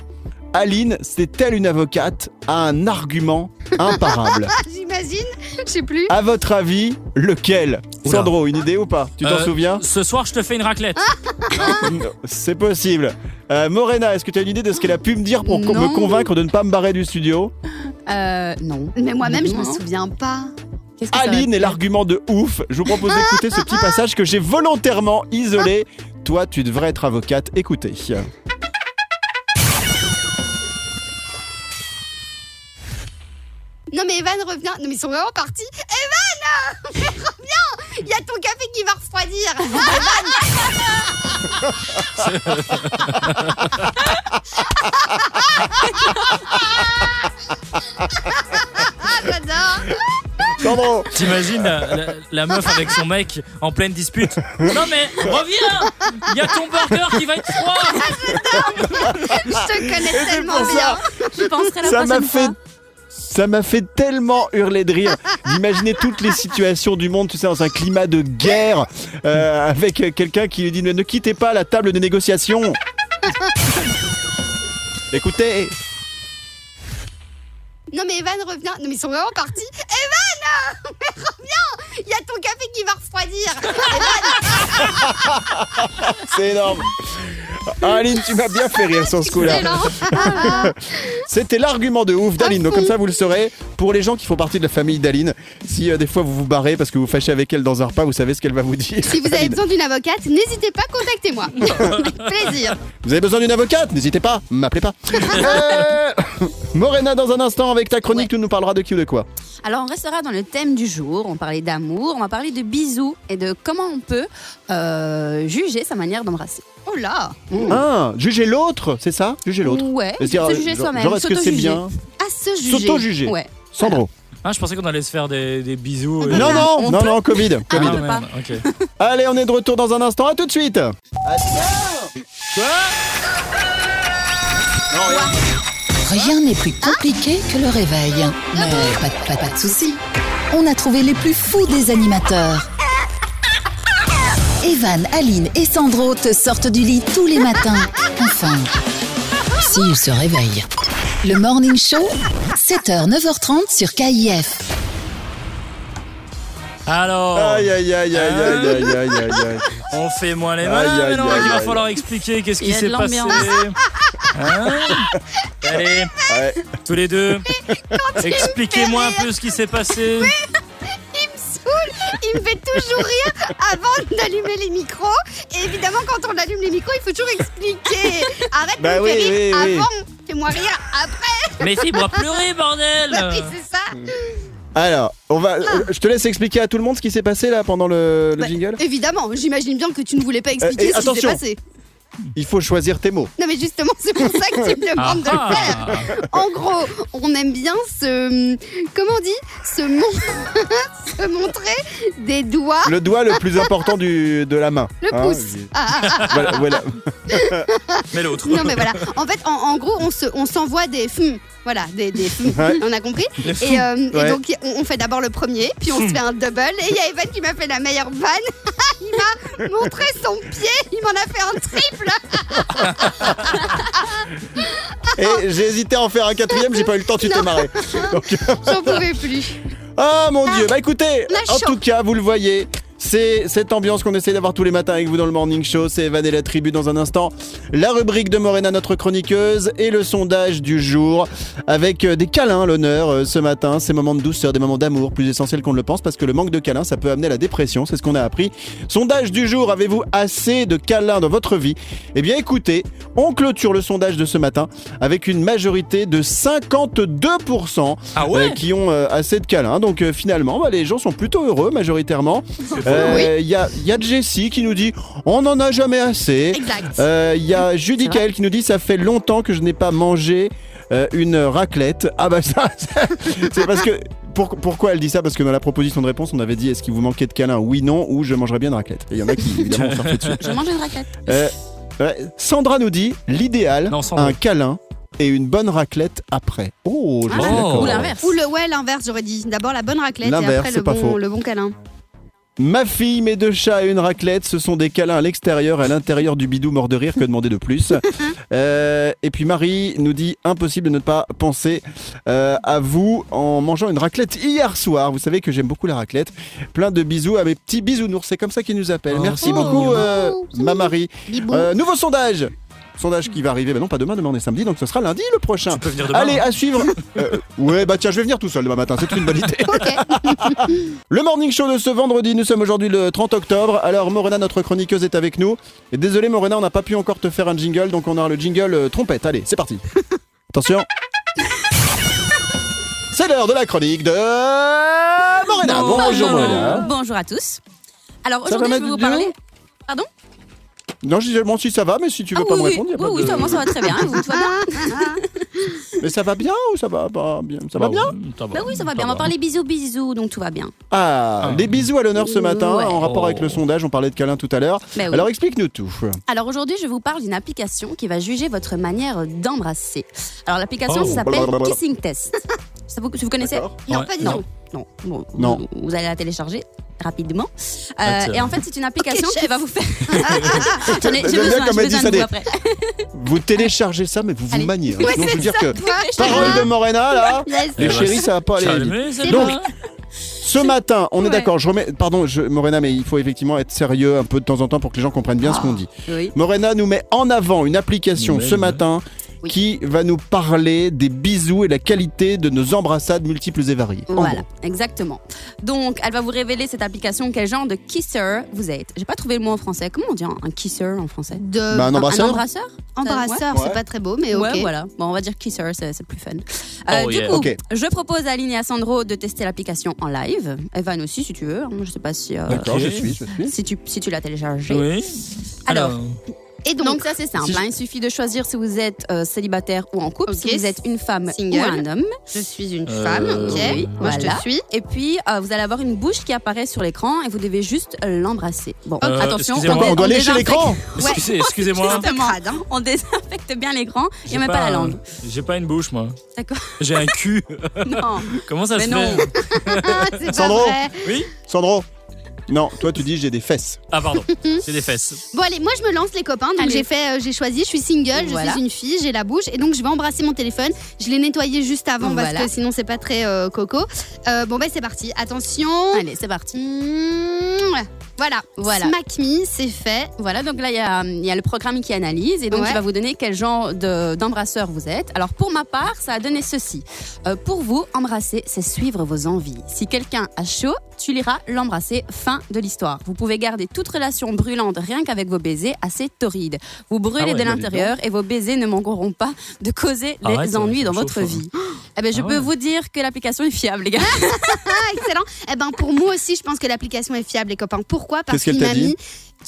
S1: Aline, c'est telle une avocate, a un argument imparable.
S3: Ah, J'imagine. Je sais plus.
S1: à votre avis, lequel
S2: Oula.
S1: Sandro, une idée ou pas Tu t'en
S2: Euh,
S1: souviens
S2: Ce soir, je te fais une raclette.
S3: Ah.
S1: C'est possible. Euh, Morena, est-ce que tu as une idée de ce qu'elle a pu me dire pour qu'on
S4: Non.
S1: me convaincre de ne pas me barrer du studio
S4: Euh, non.
S3: Mais moi-même, je me
S4: Non.
S3: souviens pas.
S4: Qu'est-ce que ça aurait
S1: Aline
S4: pu
S1: est
S4: être
S1: l'argument de ouf. Je vous propose d'écouter ce petit passage que j'ai volontairement isolé. Toi, tu devrais être avocate. Écoutez.
S3: Non mais Evan revient. Non mais ils sont vraiment partis. Evan, reviens. Il y a ton café qui va refroidir. Evan. Ah, j'adore
S1: Sandro
S2: T'imagines la, la- la meuf avec son mec en pleine dispute Non mais reviens Il y a ton burger qui va être froid
S3: Je te connais
S1: Et c'est
S3: tellement
S1: pour
S3: bien
S1: ça,
S4: Je penserai la
S1: ça m'a
S4: prochaine
S1: fait.
S4: fois.
S1: Ça m'a fait tellement hurler de rire. Imaginez toutes les situations du monde, tu sais, dans un climat de guerre, euh, avec euh, quelqu'un qui lui dit ne, ne quittez pas la table de négociation. Écoutez,
S3: Non mais Evan revient. Non mais ils sont vraiment partis. Evan euh, Mais reviens Il y a ton café qui va refroidir
S1: c'est énorme. Aline, tu m'as bien fait rire sur ce coup-là.
S3: Excellent.
S1: C'était l'argument de ouf
S4: Ah,
S1: d'Aline. Donc comme ça, vous le saurez. Pour les gens qui font partie de la famille d'Aline, si euh, des fois vous vous barrez parce que vous vous fâchez avec elle dans un repas, vous savez ce qu'elle va vous dire.
S3: Si vous avez
S1: Aline.
S3: besoin d'une avocate, n'hésitez pas, contactez-moi. Avec plaisir.
S1: Vous avez besoin d'une avocate N'hésitez pas, m'appelez pas. Euh, Morena, dans un instant, avec ta chronique, tu nous parleras de qui ou de quoi
S4: Alors, on restera dans le thème du jour. On parlait d'amour, on va parler de bisous et de comment on peut euh, juger sa manière d'embrasser.
S3: Oh là
S1: Ah, juger l'autre, c'est ça Juger l'autre.
S4: Ouais,
S1: Et
S4: Mmh. se juger
S1: genre,
S4: soi-même.
S1: genre, est-ce que c'est
S4: s'auto-juger. Ah,
S1: bien
S3: À se juger.
S1: S'auto-juger.
S4: Ouais.
S1: Sandro.
S2: Ah, je pensais qu'on allait se faire des, des bisous. et-
S1: Non, non,
S4: On
S1: non,
S4: peut-
S1: non, Covid.
S4: Ah,
S1: Covid.
S4: on peut
S2: merde, ok.
S1: Allez, on est de retour dans un instant, à tout de suite.
S5: Rien n'est plus compliqué que le réveil. Mais pas, de- pas, de- pas de soucis. On a trouvé les plus fous des animateurs. Evan, Aline et Sandro te sortent du lit tous les matins. Enfin, s'ils se réveillent. Le Morning Show, 7h, 9h30 sur KIF.
S2: Alors,
S1: Aïe, aïe, aïe, aïe, aïe, aïe, aïe, aïe, aïe.
S2: on fait moins les
S1: Aïe,
S2: malins,
S1: aïe,
S2: mais non,
S1: aïe,
S2: il va
S1: aïe.
S2: falloir expliquer qu'est-ce
S4: Il
S2: qui
S4: y a
S2: s'est
S4: de
S2: passé.
S4: l'ambiance.
S2: Hein Allez,
S1: Ouais.
S2: tous les deux, expliquez-moi un peu ce qui s'est passé.
S3: Il me saoule Il me fait toujours rire avant d'allumer les micros. Et évidemment, quand on allume les micros, il faut toujours expliquer. Arrête
S1: Bah
S3: de me
S1: oui,
S3: faire rire
S1: oui, oui.
S3: avant. Fais-moi rire après.
S2: Mais si, moi pleurer,
S4: Bah,
S3: Oui,
S2: bordel
S3: c'est ça.
S1: Alors, on va.
S3: Ah.
S1: euh, Je te laisse expliquer à tout le monde ce qui s'est passé là pendant le, le
S3: Bah,
S1: jingle.
S3: Évidemment, j'imagine bien que tu ne voulais pas
S1: Euh, et
S3: expliquer ce qui s'est
S1: attention.
S3: passé.
S1: Il faut choisir tes mots.
S3: Non mais justement, c'est pour ça que tu me
S2: Ah,
S3: demandes de le faire.
S2: ah.
S3: En gros, on aime bien se. Comment on dit se, mon- se montrer des doigts.
S1: Le doigt le plus important du, de la main.
S3: Le
S1: Hein,
S3: pouce. Ah, ah, ah.
S1: Voilà, voilà.
S2: Mais l'autre.
S3: Non, mais voilà. En fait, en, en gros, on se- on s'envoie des fum. Voilà, des, des fum.
S1: Ouais.
S3: On a compris.
S2: Les
S3: Et, euh, et
S1: Ouais.
S3: donc, on, on fait d'abord le premier, puis on se fait un double. Et il y a Evan qui m'a fait la meilleure vanne. il m'a montré son pied. Il m'en a fait un triple.
S1: Et j'ai hésité à en faire un quatrième, j'ai pas eu le temps, tu t'es marré. Donc,
S3: J'en pouvais plus.
S1: Ah mon dieu, bah écoutez,
S3: La
S1: en
S3: chaud.
S1: tout cas, vous le voyez. C'est cette ambiance qu'on essaie d'avoir tous les matins avec vous dans le morning show. C'est Evan et la tribu dans un instant. La rubrique de Morena, notre chroniqueuse, et le sondage du jour avec euh, des câlins à l'honneur euh, ce matin. Ces moments de douceur, des moments d'amour, plus essentiels qu'on ne le pense parce que le manque de câlins, ça peut amener à la dépression. C'est ce qu'on a appris. Sondage du jour, avez-vous assez de câlins dans votre vie Eh bien écoutez, on clôture le sondage de ce matin avec une majorité de 52%
S2: Ah
S1: euh, qui ont euh, assez de câlins. Donc euh, finalement, bah, les gens sont plutôt heureux majoritairement. Euh, Il
S2: hein.
S1: y, a, y a Jessie qui nous dit on n'en a jamais assez. Euh,
S3: Exact.
S1: Il y a Judy Kael qui nous dit ça fait longtemps que je n'ai pas mangé euh, une raclette. Ah bah ça, ça, c'est parce que... pour- pourquoi elle dit ça Parce que dans la proposition de réponse, on avait dit est-ce qu'il vous manquait de câlins Oui, non, ou je mangerais bien une raclette. Et Il y en a qui évidemment ont surfé dessus.
S4: Je mange une raclette.
S1: Euh, ouais, Sandra nous dit l'idéal,
S2: Non, Sandra.
S1: un câlin et une bonne raclette après. Oh, je
S4: Ah,
S1: suis
S2: Oh.
S1: d'accord.
S4: Ou l'inverse.
S3: Ou le ouais, l'inverse, j'aurais dit. D'abord la bonne raclette et
S1: L'inverse,
S3: après
S1: c'est
S3: le
S1: pas faux.
S3: bon, le bon câlin.
S1: Ma fille, mes deux chats et une raclette, ce sont des câlins à l'extérieur et à l'intérieur du bidou mort de rire, que demander de plus Euh, Et puis Marie nous dit impossible de ne pas penser euh, à vous en mangeant une raclette hier soir. Vous savez que j'aime beaucoup la raclette. Plein de bisous à mes petits bisounours, c'est comme ça qu'ils nous appellent.
S2: Oh,
S1: Merci
S2: c'est
S1: beaucoup,
S2: mignon.
S1: euh,
S3: C'est
S1: ma
S3: mignon.
S1: Marie.
S3: Bibou.
S1: Euh, nouveau sondage Sondage qui va arriver, ben non pas demain, demain on est samedi, donc ce sera lundi le prochain.
S2: Tu peux venir demain.
S1: Allez, à suivre. Euh, ouais, bah tiens, je vais venir tout seul demain matin, c'est une bonne idée.
S3: Ok.
S1: Le morning show de ce vendredi, nous sommes aujourd'hui le 30 octobre. Alors Morena, notre chroniqueuse, est avec nous. Et désolé Morena, on n'a pas pu encore te faire un jingle, donc on aura le jingle euh, trompette. Allez, c'est parti. Attention. C'est l'heure de la chronique de Morena.
S4: Bonjour,
S1: Ah, Bonjour Morena.
S4: Bonjour à tous. Alors
S1: Ça va
S4: aujourd'hui, je
S1: mettre
S4: vais vous
S1: du haut
S4: parler.
S1: Non, je disais, bon, si ça va, mais si tu veux
S4: Ah
S1: pas
S4: oui,
S1: me
S4: oui,
S1: répondre, y a
S4: oui,
S1: pas
S4: oui,
S1: de-
S4: ça, moi ça va très bien. Et vous, tout va bien
S1: Mais ça va bien ou ça va pas bien Ça va
S2: Bah,
S1: bien
S2: oui, ça va.
S4: Bah oui, ça va bien. On va parler bisous, bisous, donc tout va bien. Bah
S1: Ah,
S2: Ah.
S1: des bisous à l'honneur ce matin,
S4: Ouais.
S1: en rapport avec le
S2: Oh.
S1: sondage, on parlait de câlin tout à l'heure.
S3: Ah
S4: Bah oui.
S1: Alors explique-nous tout.
S4: Alors aujourd'hui, je vous parle d'une application qui va juger votre manière d'embrasser. Alors l'application
S2: Oh,
S4: s'appelle
S1: blablabla.
S4: Kissing Test. Ça vous, vous connaissez
S1: D'accord.
S3: Non,
S2: Ouais,
S3: pas du
S4: non.
S3: tout.
S4: Non. Bon, vous-
S1: Non.
S4: Vous, allez la télécharger rapidement. Euh,
S2: Ah, tiens.
S4: et en fait, c'est une application
S3: Ok,
S4: qui
S3: chef.
S4: va vous faire. J'en ai- J'ai
S1: J'aime bien
S4: besoin,
S1: comme
S4: j'ai
S1: elle dit
S4: besoin
S1: ça,
S4: de
S1: des-
S4: vous après.
S1: Vous téléchargez ça, mais vous vous
S4: Allez.
S1: maniez. hein.
S3: Ouais,
S1: Sinon, je
S3: c'est
S1: veux dire
S3: ça,
S1: que
S3: toi.
S1: parole de Morena, là,
S3: Yes.
S1: les
S2: Eh ben,
S1: chéris, ça va pas aller. vite.
S2: Calmez, c'est
S1: Donc,
S2: bon.
S1: Ce matin, on est
S4: Ouais.
S1: d'accord, je remets. Pardon, je- Morena, mais il faut effectivement être sérieux un peu de temps en temps pour que les gens comprennent bien ce qu'on dit.
S4: Oui.
S1: Morena nous met en avant une application
S2: Nous met,
S1: ce
S2: nous
S1: matin
S4: Oui.
S1: qui va nous parler des bisous et la qualité de nos embrassades multiples et variées. En
S4: Voilà,
S1: gros.
S4: exactement. Donc, elle va vous révéler cette application, quel genre de kisser vous êtes. J'ai pas trouvé le mot en français. Comment on dit un un kisser en français
S3: De
S1: Bah, un embrasseur
S4: Un embrasseur
S3: embrasseur,
S1: Ouais.
S3: c'est pas très beau, mais ok.
S4: Ouais, voilà. Bon, on va dire kisser, c'est c'est plus fun. Euh,
S2: Oh,
S4: du
S2: yeah.
S4: coup,
S1: Ok.
S4: je propose à Aline et à Sandro de tester l'application en live. Evan aussi, si tu veux. hein. Je sais pas si, euh,
S1: D'accord,
S2: Ok.
S1: je suis, je suis.
S4: si, tu, si tu l'as téléchargée.
S2: Oui.
S4: Alors,
S3: Et donc,
S4: Donc, ça c'est simple,
S1: Si je-
S4: hein. il suffit de choisir si vous êtes euh, célibataire ou en couple,
S3: Ok.
S4: si vous êtes une femme
S3: Single.
S4: ou un homme.
S3: je suis une
S2: Euh,
S3: femme, ok.
S2: oui,
S3: Moi, je
S4: voilà.
S3: te suis.
S4: Et puis euh, vous allez avoir une bouche qui apparaît sur l'écran et vous devez juste euh, l'embrasser. Bon,
S2: Euh,
S4: attention,
S2: excusez-moi.
S1: Attends, on doit lécher
S4: désinfecte-
S1: l'écran
S2: Excusez- Excusez-moi.
S4: Exactement.
S3: Crade, hein.
S4: On désinfecte bien l'écran, il n'y
S2: J'ai
S4: a même pas, la
S2: un-
S4: langue.
S2: J'ai pas une bouche, moi.
S4: D'accord.
S2: J'ai un cul.
S4: Non.
S2: Comment ça
S4: Mais
S2: se
S4: non.
S2: fait
S3: Ah, c'est pas
S1: Sandro.
S3: vrai.
S2: Oui
S1: Sandro Non, toi tu dis j'ai des fesses.
S2: Ah, pardon. J'ai des fesses.
S3: Bon allez, moi je me lance les copains. Donc
S4: Allez.
S3: j'ai fait, euh, j'ai choisi, je suis single, je
S4: Voilà.
S3: suis une fille, j'ai la bouche et donc je vais embrasser mon téléphone. Je l'ai nettoyé juste avant
S4: Voilà.
S3: parce que sinon c'est pas très euh, coco. Euh, bon bah c'est parti. Attention.
S4: Allez, c'est parti.
S3: Mouah. Voilà.
S4: Voilà.
S3: Smack me, c'est fait.
S4: Voilà, donc là, il y a, hum, il y a le programme qui analyse et donc
S3: Ouais.
S4: il va vous donner quel genre de- d'embrasseur vous êtes. Alors, pour ma part, ça a donné ceci. Euh, pour vous, embrasser, c'est suivre vos envies. Si quelqu'un a chaud, tu l'iras l'embrasser. Fin de l'histoire. Vous pouvez garder toute relation brûlante rien qu'avec vos baisers assez torrides. Vous brûlez
S2: Ah ouais,
S4: de
S2: bah, dis
S4: l'intérieur et vos baisers ne manqueront pas de causer des
S2: Arrête, ça-
S4: ennuis
S2: ça
S4: dans
S2: me
S4: votre
S2: chauffe,
S4: vie. Eh ben, je
S2: Ah
S4: peux
S2: ouais.
S4: vous dire que l'application est fiable, les gars.
S3: Ah excellent. eh ben pour moi aussi, je pense que l'application est fiable les copains. Pourquoi Parce
S1: Qu'est-ce qu'elle
S3: qu'il
S1: t'a
S3: m'a
S1: dit
S3: mis.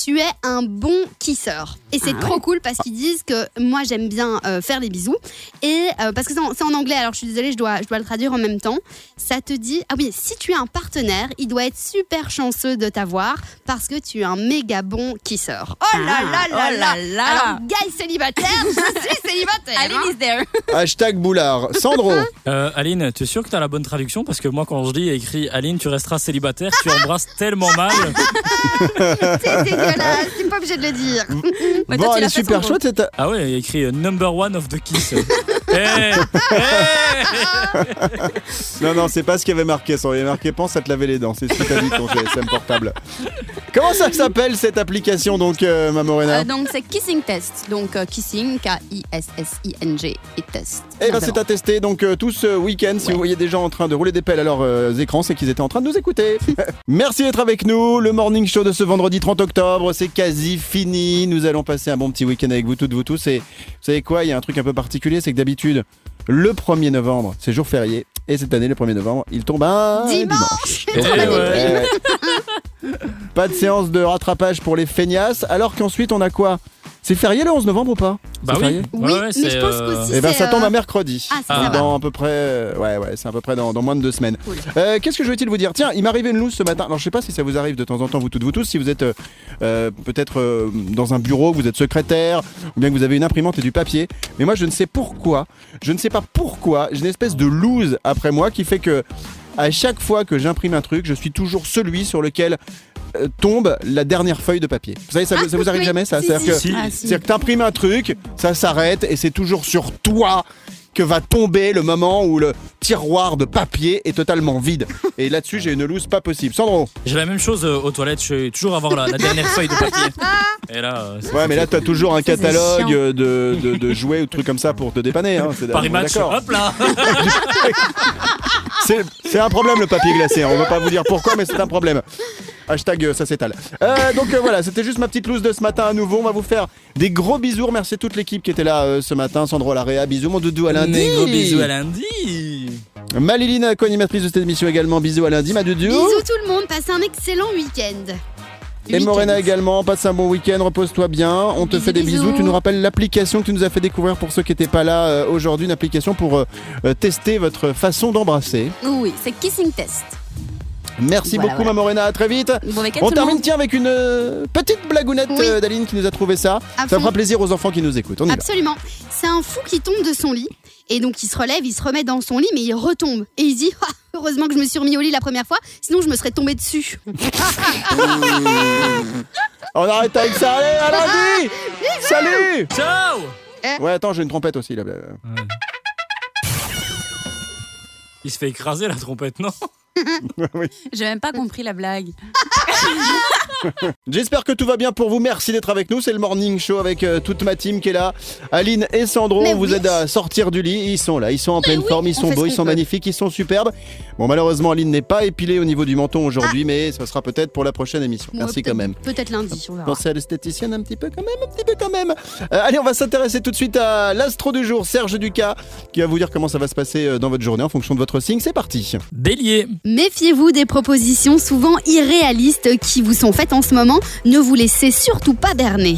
S3: Tu es un bon kisseur. Et c'est
S4: Ah
S3: trop cool parce qu'ils disent que moi j'aime bien euh, faire les bisous. Et euh, parce que c'est en, c'est en anglais, alors je suis désolée, je dois, je dois le traduire en même temps. Ça te dit, ah oui, si tu es un partenaire, il doit être super chanceux de t'avoir parce que tu es un méga bon kisseur. Oh là là là
S4: Ah, oh
S3: là,
S4: là là.
S3: Alors, guy célibataire, je suis célibataire. hein.
S4: Aline is there.
S1: Hashtag boulard. Sandro
S2: Euh, Aline, tu es sûre que t'as la bonne traduction Parce que moi, quand je dis écrit Aline, tu resteras célibataire, tu embrasses tellement mal.
S3: C'est dégueulasse, t'es pas obligé de le dire.
S4: Mais toi,
S1: Bon,
S4: tu
S1: elle
S4: l'as
S1: est
S4: fait,
S1: super
S4: Sandro.
S1: chouette cette.
S2: Ah ouais, il y a écrit euh, number one of the kiss. Eh, eh.
S1: Non, non, c'est pas ce qu'il y avait marqué. Ça il y avait marqué pense à te laver les dents. C'est ce que t'as dit ton GSM portable. Comment ça s'appelle cette application donc, euh, ma Morena
S4: Euh, donc c'est Kissing Test. Donc euh, Kissing, K-I-S-S-I-N-G et Test.
S1: Eh ben,
S4: Simplement.
S1: c'est à tester. Donc, euh, tout ce week-end, si
S4: Ouais.
S1: vous voyez des gens en train de rouler des pelles à leurs euh, écrans, c'est qu'ils étaient en train de nous écouter. Merci d'être avec nous. Le morning show de ce vendredi 30 octobre, c'est quasi fini. Nous allons passer un bon petit week-end avec vous toutes, vous tous. Et vous savez quoi Il y a un truc un peu particulier, c'est que d'habitude, le 1er novembre, c'est jour férié. Et cette année, le 1er novembre, il tombe un
S3: Dimanche,
S2: Eh ouais.
S1: Ouais, ouais. Pas de séance de rattrapage pour les feignasses, alors qu'ensuite on a quoi C'est férié le 11 novembre ou pas
S2: Bah
S1: C'est
S2: oui.
S1: férié
S3: Oui, mais
S2: c'est,
S3: je pense
S2: euh,
S3: qu'aussi- Si
S1: Eh ben
S3: c'est,
S1: ça tombe
S3: euh,
S1: à mercredi.
S3: Ah,
S2: ça, ça
S1: dans à peu près, euh, ouais ouais, c'est à peu près dans, dans moins de deux semaines.
S3: Cool.
S1: Euh, Qu'est-ce que je voulais-il vous dire Tiens, il m'est arrivé une loose ce matin. Alors je sais pas si ça vous arrive de temps en temps, vous toutes, vous tous, si vous êtes euh, euh, peut-être euh, dans un bureau, que vous êtes secrétaire, ou bien que vous avez une imprimante et du papier. Mais moi je ne sais pourquoi, je ne sais pas pourquoi, j'ai une espèce de loose après moi qui fait que à chaque fois que j'imprime un truc, je suis toujours celui sur lequel euh, tombe la dernière feuille de papier. Vous savez, ça, vous- ça vous arrive
S3: Ah,
S1: jamais
S3: oui.
S1: ça
S3: Si,
S1: C'est-à-dire
S3: si.
S1: que-
S2: Si.
S4: Ah, si.
S1: c'est-à-dire que t'imprimes un truc, ça s'arrête et c'est toujours sur toi que va tomber le moment où le tiroir de papier est totalement vide. Et là-dessus, j'ai une loose pas possible. Sandro
S2: J'ai la même chose euh, aux toilettes, je vais toujours avoir la, la dernière feuille de papier. Et là, euh, c'est-
S1: Ouais, mais là, t'as toujours un
S4: Ça, c'est
S1: catalogue
S4: chiant.
S1: euh, de, de- de jouets ou de trucs comme ça pour te dépanner. hein. C'est
S2: Paris
S1: on est
S2: match,
S1: d'accord.
S2: hop là
S1: C'est c'est un problème le papier glacé. hein. On va pas vous dire pourquoi, mais c'est un problème. Hashtag euh, ça s'étale. Euh, donc euh, voilà, c'était juste ma petite loose de ce matin à nouveau. On va vous faire des gros bisous. Merci à toute l'équipe qui était là euh, ce matin. Sandro Larrea, bisous mon doudou à lundi.
S2: Des Gros bisous à lundi
S1: Maliline, co-animatrice de cette émission également, bisous à lundi, ma Dudu.
S3: Bisous tout le monde, passez un excellent week-end.
S1: Et Morena également, passe un bon week-end, repose-toi bien, on te
S3: Bisous,
S1: fait des bisous.
S3: bisous.
S1: Tu nous rappelles l'application que tu nous as fait découvrir pour ceux qui n'étaient pas là euh, aujourd'hui, une application pour euh, euh, tester votre façon d'embrasser.
S4: Oui, c'est Kissing Test.
S1: Merci
S4: Voilà,
S1: beaucoup, ma Morena, à très vite.
S4: Bon week-end
S1: On
S4: tout le
S1: termine,
S4: monde.
S1: tiens, avec une euh, petite blagounette
S3: Oui.
S1: euh, d'Aline qui nous a trouvé ça.
S3: À
S1: Ça
S3: fond.
S1: fera plaisir aux enfants qui nous écoutent. On y va.
S3: Absolument. C'est un fou qui tombe de son lit. Et donc, il se relève, il se remet dans son lit, mais il retombe. Et il se dit Ah, Heureusement que je me suis remis au lit la première fois, sinon je me serais tombé dessus.
S1: On arrête avec ça, allez, à lundi Salut
S2: Ciao
S1: Ouais, attends, j'ai une trompette aussi, là. Euh,
S2: Il se fait écraser la trompette, non
S1: oui.
S4: J'ai même pas compris la blague.
S1: J'espère que tout va bien pour vous. Merci d'être avec nous. C'est le morning show avec euh, toute ma team qui est là. Aline et Sandro,
S3: Mais
S1: on vous
S3: oui.
S1: aide à sortir du lit. Ils sont là, ils sont en pleine forme, ils
S3: on
S1: sont
S3: fait
S1: beaux,
S3: ce
S1: ils
S3: qu'on
S1: sont
S3: peut.
S1: magnifiques, ils sont superbes. Bon, malheureusement, Aline n'est pas épilée au niveau du menton aujourd'hui, mais ce sera peut-être pour la prochaine émission.
S3: Bon,
S1: Merci
S3: Ah. peut-être-
S1: quand même.
S3: Peut-être lundi, on verra.
S1: Pensez à l'esthéticienne un petit peu quand même, un petit peu quand même. Euh, allez, on va s'intéresser tout de suite à l'astro du jour, Serge Ducas, qui va vous dire comment ça va se passer euh, dans votre journée en fonction de votre signe. C'est parti.
S2: Bélier.
S3: Méfiez-vous des propositions souvent irréalistes qui vous sont faites en ce moment. Ne vous laissez surtout pas berner.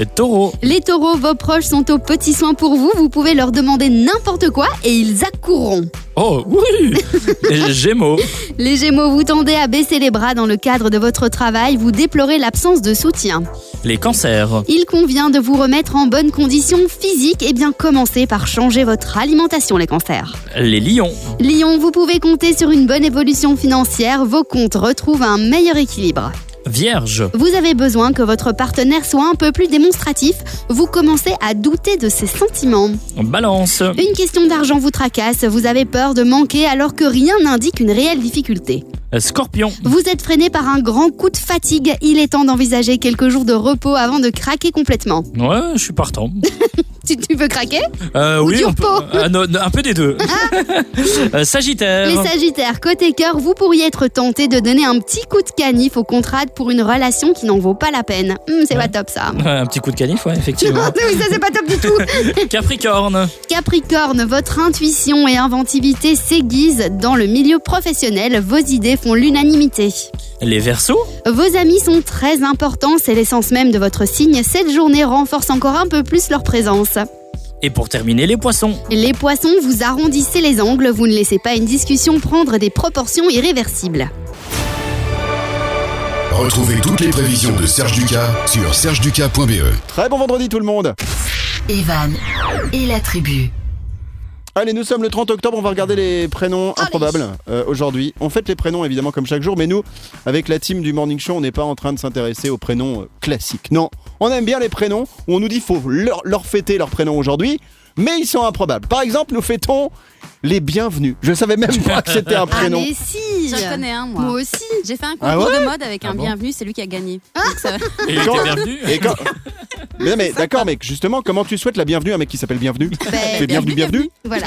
S2: Et taureau.
S3: Les taureaux, vos proches sont aux petits soins pour vous. Vous pouvez leur demander n'importe quoi et ils accourront.
S2: Oh oui Et Gémeaux.
S3: Les gémeaux, vous tendez à baisser les bras dans le cadre de votre travail. Vous déplorez l'absence de soutien.
S2: Les cancers.
S3: Il convient de vous remettre en bonne condition physique. et bien, commencez par changer votre alimentation, les cancers.
S2: Les lions.
S3: Lyon, vous pouvez compter sur une bonne évolution financière. Vos comptes retrouvent un meilleur équilibre.
S2: Vierge.
S3: Vous avez besoin que votre partenaire soit un peu plus démonstratif. Vous commencez à douter de ses sentiments.
S2: Balance.
S3: Une question d'argent vous tracasse. Vous avez peur de manquer alors que rien n'indique une réelle difficulté.
S2: Euh, Scorpion.
S3: Vous êtes freiné par un grand coup de fatigue. Il est temps d'envisager quelques jours de repos avant de craquer complètement.
S2: Ouais, je suis partant.
S3: Tu, tu veux craquer
S2: Euh,
S3: Ou
S2: oui,
S3: du
S2: on peut-
S3: repos.
S2: Ah, non, non, un peu des deux. Euh, Sagittaire.
S3: Les Sagittaires, côté cœur, vous pourriez être tenté de donner un petit coup de canif au contrat pour une relation qui n'en vaut pas la peine. Hum, c'est pas top ça.
S2: Ouais, un petit coup de canif, ouais, effectivement.
S3: oui, ça c'est pas top du tout.
S2: Capricorne.
S3: Capricorne, votre intuition et inventivité s'aiguisent dans le milieu professionnel. Vos idées font l'unanimité.
S2: Les Verseaux.
S3: Vos amis sont très importants, c'est l'essence même de votre signe. Cette journée renforce encore un peu plus leur présence.
S2: Et pour terminer, les Poissons.
S3: Les poissons, vous arrondissez les angles, vous ne laissez pas une discussion prendre des proportions irréversibles.
S6: Retrouvez toutes les prévisions de Serge Ducas sur sergeducas.be.
S1: Très bon vendredi tout le monde.
S5: Evan et la tribu.
S1: Allez, nous sommes le 30 octobre, on va regarder les prénoms improbables euh, aujourd'hui. On fête les prénoms évidemment comme chaque jour, mais nous, avec la team du Morning Show, on n'est pas en train de s'intéresser aux prénoms euh, classiques. Non, on aime bien les prénoms où on nous dit faut leur, leur fêter leurs prénoms aujourd'hui, mais ils sont improbables. Par exemple, nous fêtons les bienvenus. Je savais même pas que c'était un prénom.
S3: Ah mais si
S4: J'en connais un, hein, moi.
S3: Moi aussi
S4: J'ai fait un concours
S1: hein. Ah
S4: de mode avec un
S2: bon
S4: bienvenu, c'est lui qui a gagné. Donc ça va.
S2: Et il
S1: Quand-
S2: était bienvenu.
S1: Et quand- Mais, non, mais d'accord, mais justement, comment tu souhaites la bienvenue à un mec qui s'appelle Bienvenue
S3: Ben,
S1: C'est bienvenue, bienvenue
S3: Voilà.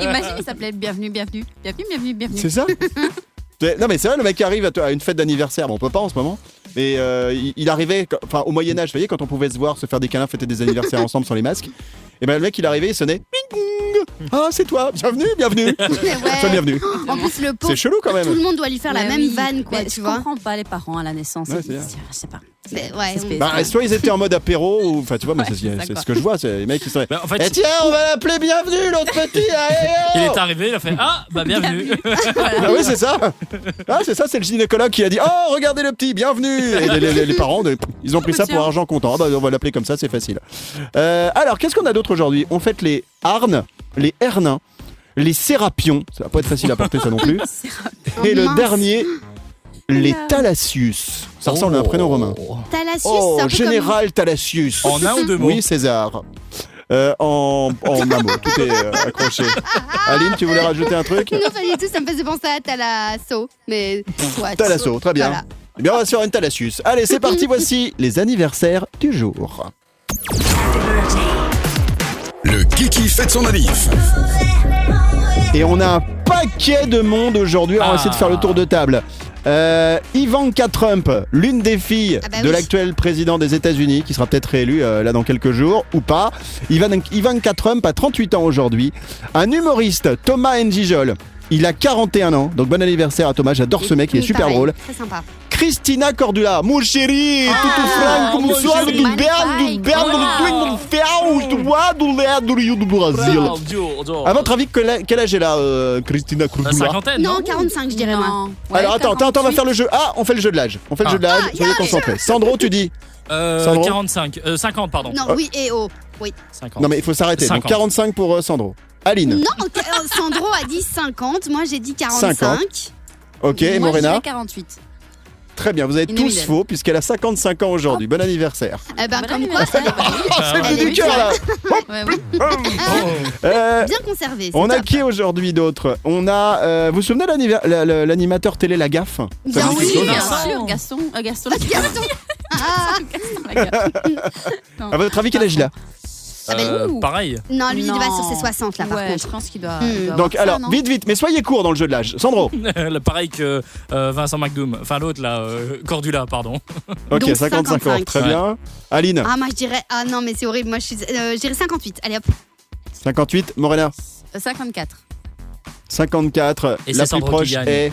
S4: Imagine, il s'appelait Bienvenue, Bienvenue. Bienvenue, Bienvenue, Bienvenue.
S1: C'est ça C'est- Non mais c'est vrai, le mec arrive à- à une fête d'anniversaire, bon on peut pas en ce moment, mais euh, il, il arrivait, quand- enfin au Moyen Âge, vous voyez, quand on pouvait se voir, se faire des câlins, fêter des anniversaires ensemble sans les masques, et ben le mec il arrivait, il sonnait, Bing, bing Ah c'est toi, bienvenue, bienvenue,
S3: Mais ouais.
S1: sois bienvenue.
S3: En plus, le pauvre,
S1: C'est chelou quand
S3: tout le
S1: même.
S3: monde doit lui faire la
S4: Ouais,
S3: même
S4: oui.
S3: vanne, quoi,
S4: Mais
S3: tu
S4: je
S3: vois.
S4: comprends pas les parents à la naissance.
S1: Ouais,
S4: Ils
S1: c'est
S4: se disent, je sais pas.
S3: Mais ouais,
S4: C'est
S3: on-
S4: spécial.
S1: Bah soit ils étaient en mode apéro, ou enfin tu vois, moi c'est
S4: Ouais,
S1: c'est ce
S4: d'accord.
S1: que je vois, c'est les mecs qui sont...
S2: Bah, en
S1: Eh
S2: fait,
S1: tiens, on va l'appeler bienvenue l'autre petit, allez oh
S2: il est arrivé, il a fait Ah, bah bienvenue.
S1: Ah oui, c'est ça. Ah, c'est ça, c'est le gynécologue qui a dit Oh, regardez le petit, bienvenue. Et les, les- les parents, de- ils ont pris ça pour argent comptant. Ah bah, on va l'appeler comme ça, c'est facile. Euh, alors, qu'est-ce qu'on a d'autre aujourd'hui On fête les Arnes, les Hernins, les Sérapions. Ça va pas être facile à porter, ça non plus. Et
S3: Oh,
S1: le
S3: mince.
S1: dernier, les Thalassius. Ça ressemble
S2: Oh.
S1: à un prénom romain.
S3: Thalassius,
S1: Oh,
S3: c'est un peu
S1: général Thalassius.
S2: En un ou deux mots.
S1: Oui, César. Euh, en, en un mot, tout est euh, accroché. Aline, tu voulais rajouter un truc
S3: comme... Non, pas du tout, ça me faisait penser à Thalasso. Mais... Ouais,
S1: Talasso, très bien.
S3: Voilà.
S1: Eh bien, on va se faire une Talassius. Allez, c'est parti, voici les anniversaires du jour.
S6: Le Kiki fête son anniv.
S1: Et on a un paquet de monde aujourd'hui, on va
S2: Ah.
S1: essayer de faire le tour de table. Euh, Ivanka Trump, l'une des filles
S3: Ah bah
S1: de
S3: oui.
S1: l'actuel président des États-Unis, qui sera peut-être réélu euh, là dans quelques jours ou pas. Ivan- Ivanka Trump a 38 ans aujourd'hui. Un humoriste, Thomas Njijol, il a 41 ans. Donc bon anniversaire à Thomas, j'adore ce mec, il est
S3: Oui,
S1: super
S3: pareil,
S1: drôle.
S3: Très sympa.
S1: Christina Cordula. Mon chéri, tudo franco,
S2: mon
S1: mon suave,
S2: chéri.
S1: do belo, do
S4: Magnifique.
S1: belo, do twingo, do ferro, do ar, do lé, do rio, do Brasil.
S2: Oh, Dieu, Dieu.
S1: À votre avis, quel a- quel âge elle a, euh, Christina
S2: La
S1: Cordula
S2: cinquantaine, non,
S3: Non, 45, je dirais moi.
S1: Alors attends, attends, attends, on va faire le jeu. Ah, on fait le jeu de l'âge. On fait le
S2: Ah.
S1: jeu de l'âge, soyez concentrés. Sandro, tu dis
S2: Euh,
S1: Sandro
S2: 45, euh, 50, pardon.
S3: Non, oui et oh. Oui.
S2: 50.
S1: Non mais il faut s'arrêter. Donc
S2: 50.
S1: 45 pour euh, Sandro. Aline,
S3: Non, ok, euh, Sandro a dit 50, moi j'ai dit 45.
S1: 50. ok, et
S4: Moi, je
S1: Morena
S4: dirais 48.
S1: Très bien, vous avez
S4: Une
S1: tous
S4: millième.
S1: faux puisqu'elle a 55 ans aujourd'hui. Bon anniversaire.
S3: Eh ben,
S4: Bon
S3: comme quoi, ça
S4: anniversaire.
S3: va.
S2: Ah,
S1: Oh, C'est
S4: Elle
S1: plus
S4: est
S1: du cœur là
S4: Ouais, oui.
S2: oh.
S1: Euh,
S3: bien conservé. c'est
S1: On a
S3: top.
S1: qui aujourd'hui d'autre On a. euh, vous vous souvenez de l'anniver- la- la- l'animateur télé La Gaffe Ça vous dit
S3: Bien oui,
S1: quelque chose
S4: bien
S2: Gaston.
S4: sûr, Gaston, euh, Gaston,
S3: Gaston. Ah,
S1: À votre avis, quel âge il a
S3: Ah, bah,
S2: Euh,
S3: ouh.
S2: Pareil.
S3: non, lui il va
S4: Non.
S3: sur ses 60 là par
S4: Ouais,
S3: contre.
S4: je pense qu'il doit.
S3: Hmm.
S4: il doit
S1: Donc,
S4: avoir ça,
S1: alors,
S4: non
S1: vite, vite, mais soyez court dans le jeu de l'âge. Sandro
S2: Le pareil que euh, Vincent McDoom. Enfin, l'autre là, euh, Cordula, pardon.
S1: Ok,
S3: Donc,
S1: 55 ans,
S3: 55.
S1: très
S2: Ouais.
S1: bien. Aline,
S3: Ah, moi je dirais ah non mais c'est horrible, moi je suis euh, je dirais 58. Allez hop.
S1: 58. Morena,
S4: Euh, 54.
S1: 54.
S2: Et
S1: la
S2: c'est
S1: plus
S2: Sandro qui
S1: proche
S2: gagne.
S1: est.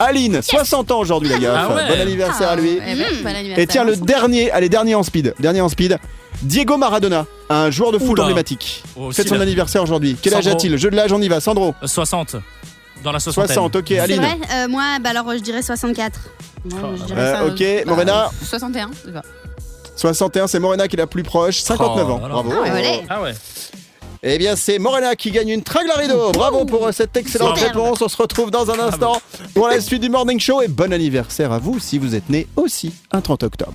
S1: Aline, 60 ans aujourd'hui, la gaffe.
S2: Ah ouais.
S1: Bon anniversaire à lui.
S4: Eh ben,
S3: Hmm.
S4: bon anniversaire.
S1: Et tiens, le dernier, allez, dernier en speed. Dernier en speed. Diego Maradona, un joueur de foot
S2: Oula.
S1: emblématique.
S2: Oh,
S1: Fête
S2: aussi,
S1: son
S2: là.
S1: anniversaire aujourd'hui. Quel âge
S2: Sandro.
S1: a-t-il Jeu de l'âge, on y va. Sandro,
S2: 60. Euh, Dans la 60.
S1: 60. Ok,
S3: C'est
S1: Aline.
S3: vrai Euh, Moi bah alors je dirais 64.
S4: Ouais, je dirais
S1: Euh,
S4: ça,
S1: ok,
S4: euh,
S1: Morena.
S4: 61. je sais pas.
S1: 61, c'est Morena qui est la plus proche. 59
S2: Oh,
S1: ans.
S2: voilà.
S1: Bravo.
S3: Ah ouais, allez.
S2: Ah ouais.
S1: Eh bien, c'est Morena qui gagne une Traglarido. Bravo pour euh, cette excellente
S2: Superbe.
S1: réponse. On se retrouve dans un instant pour la suite du Morning Show. Et bon anniversaire à vous si vous êtes né aussi un 30 octobre.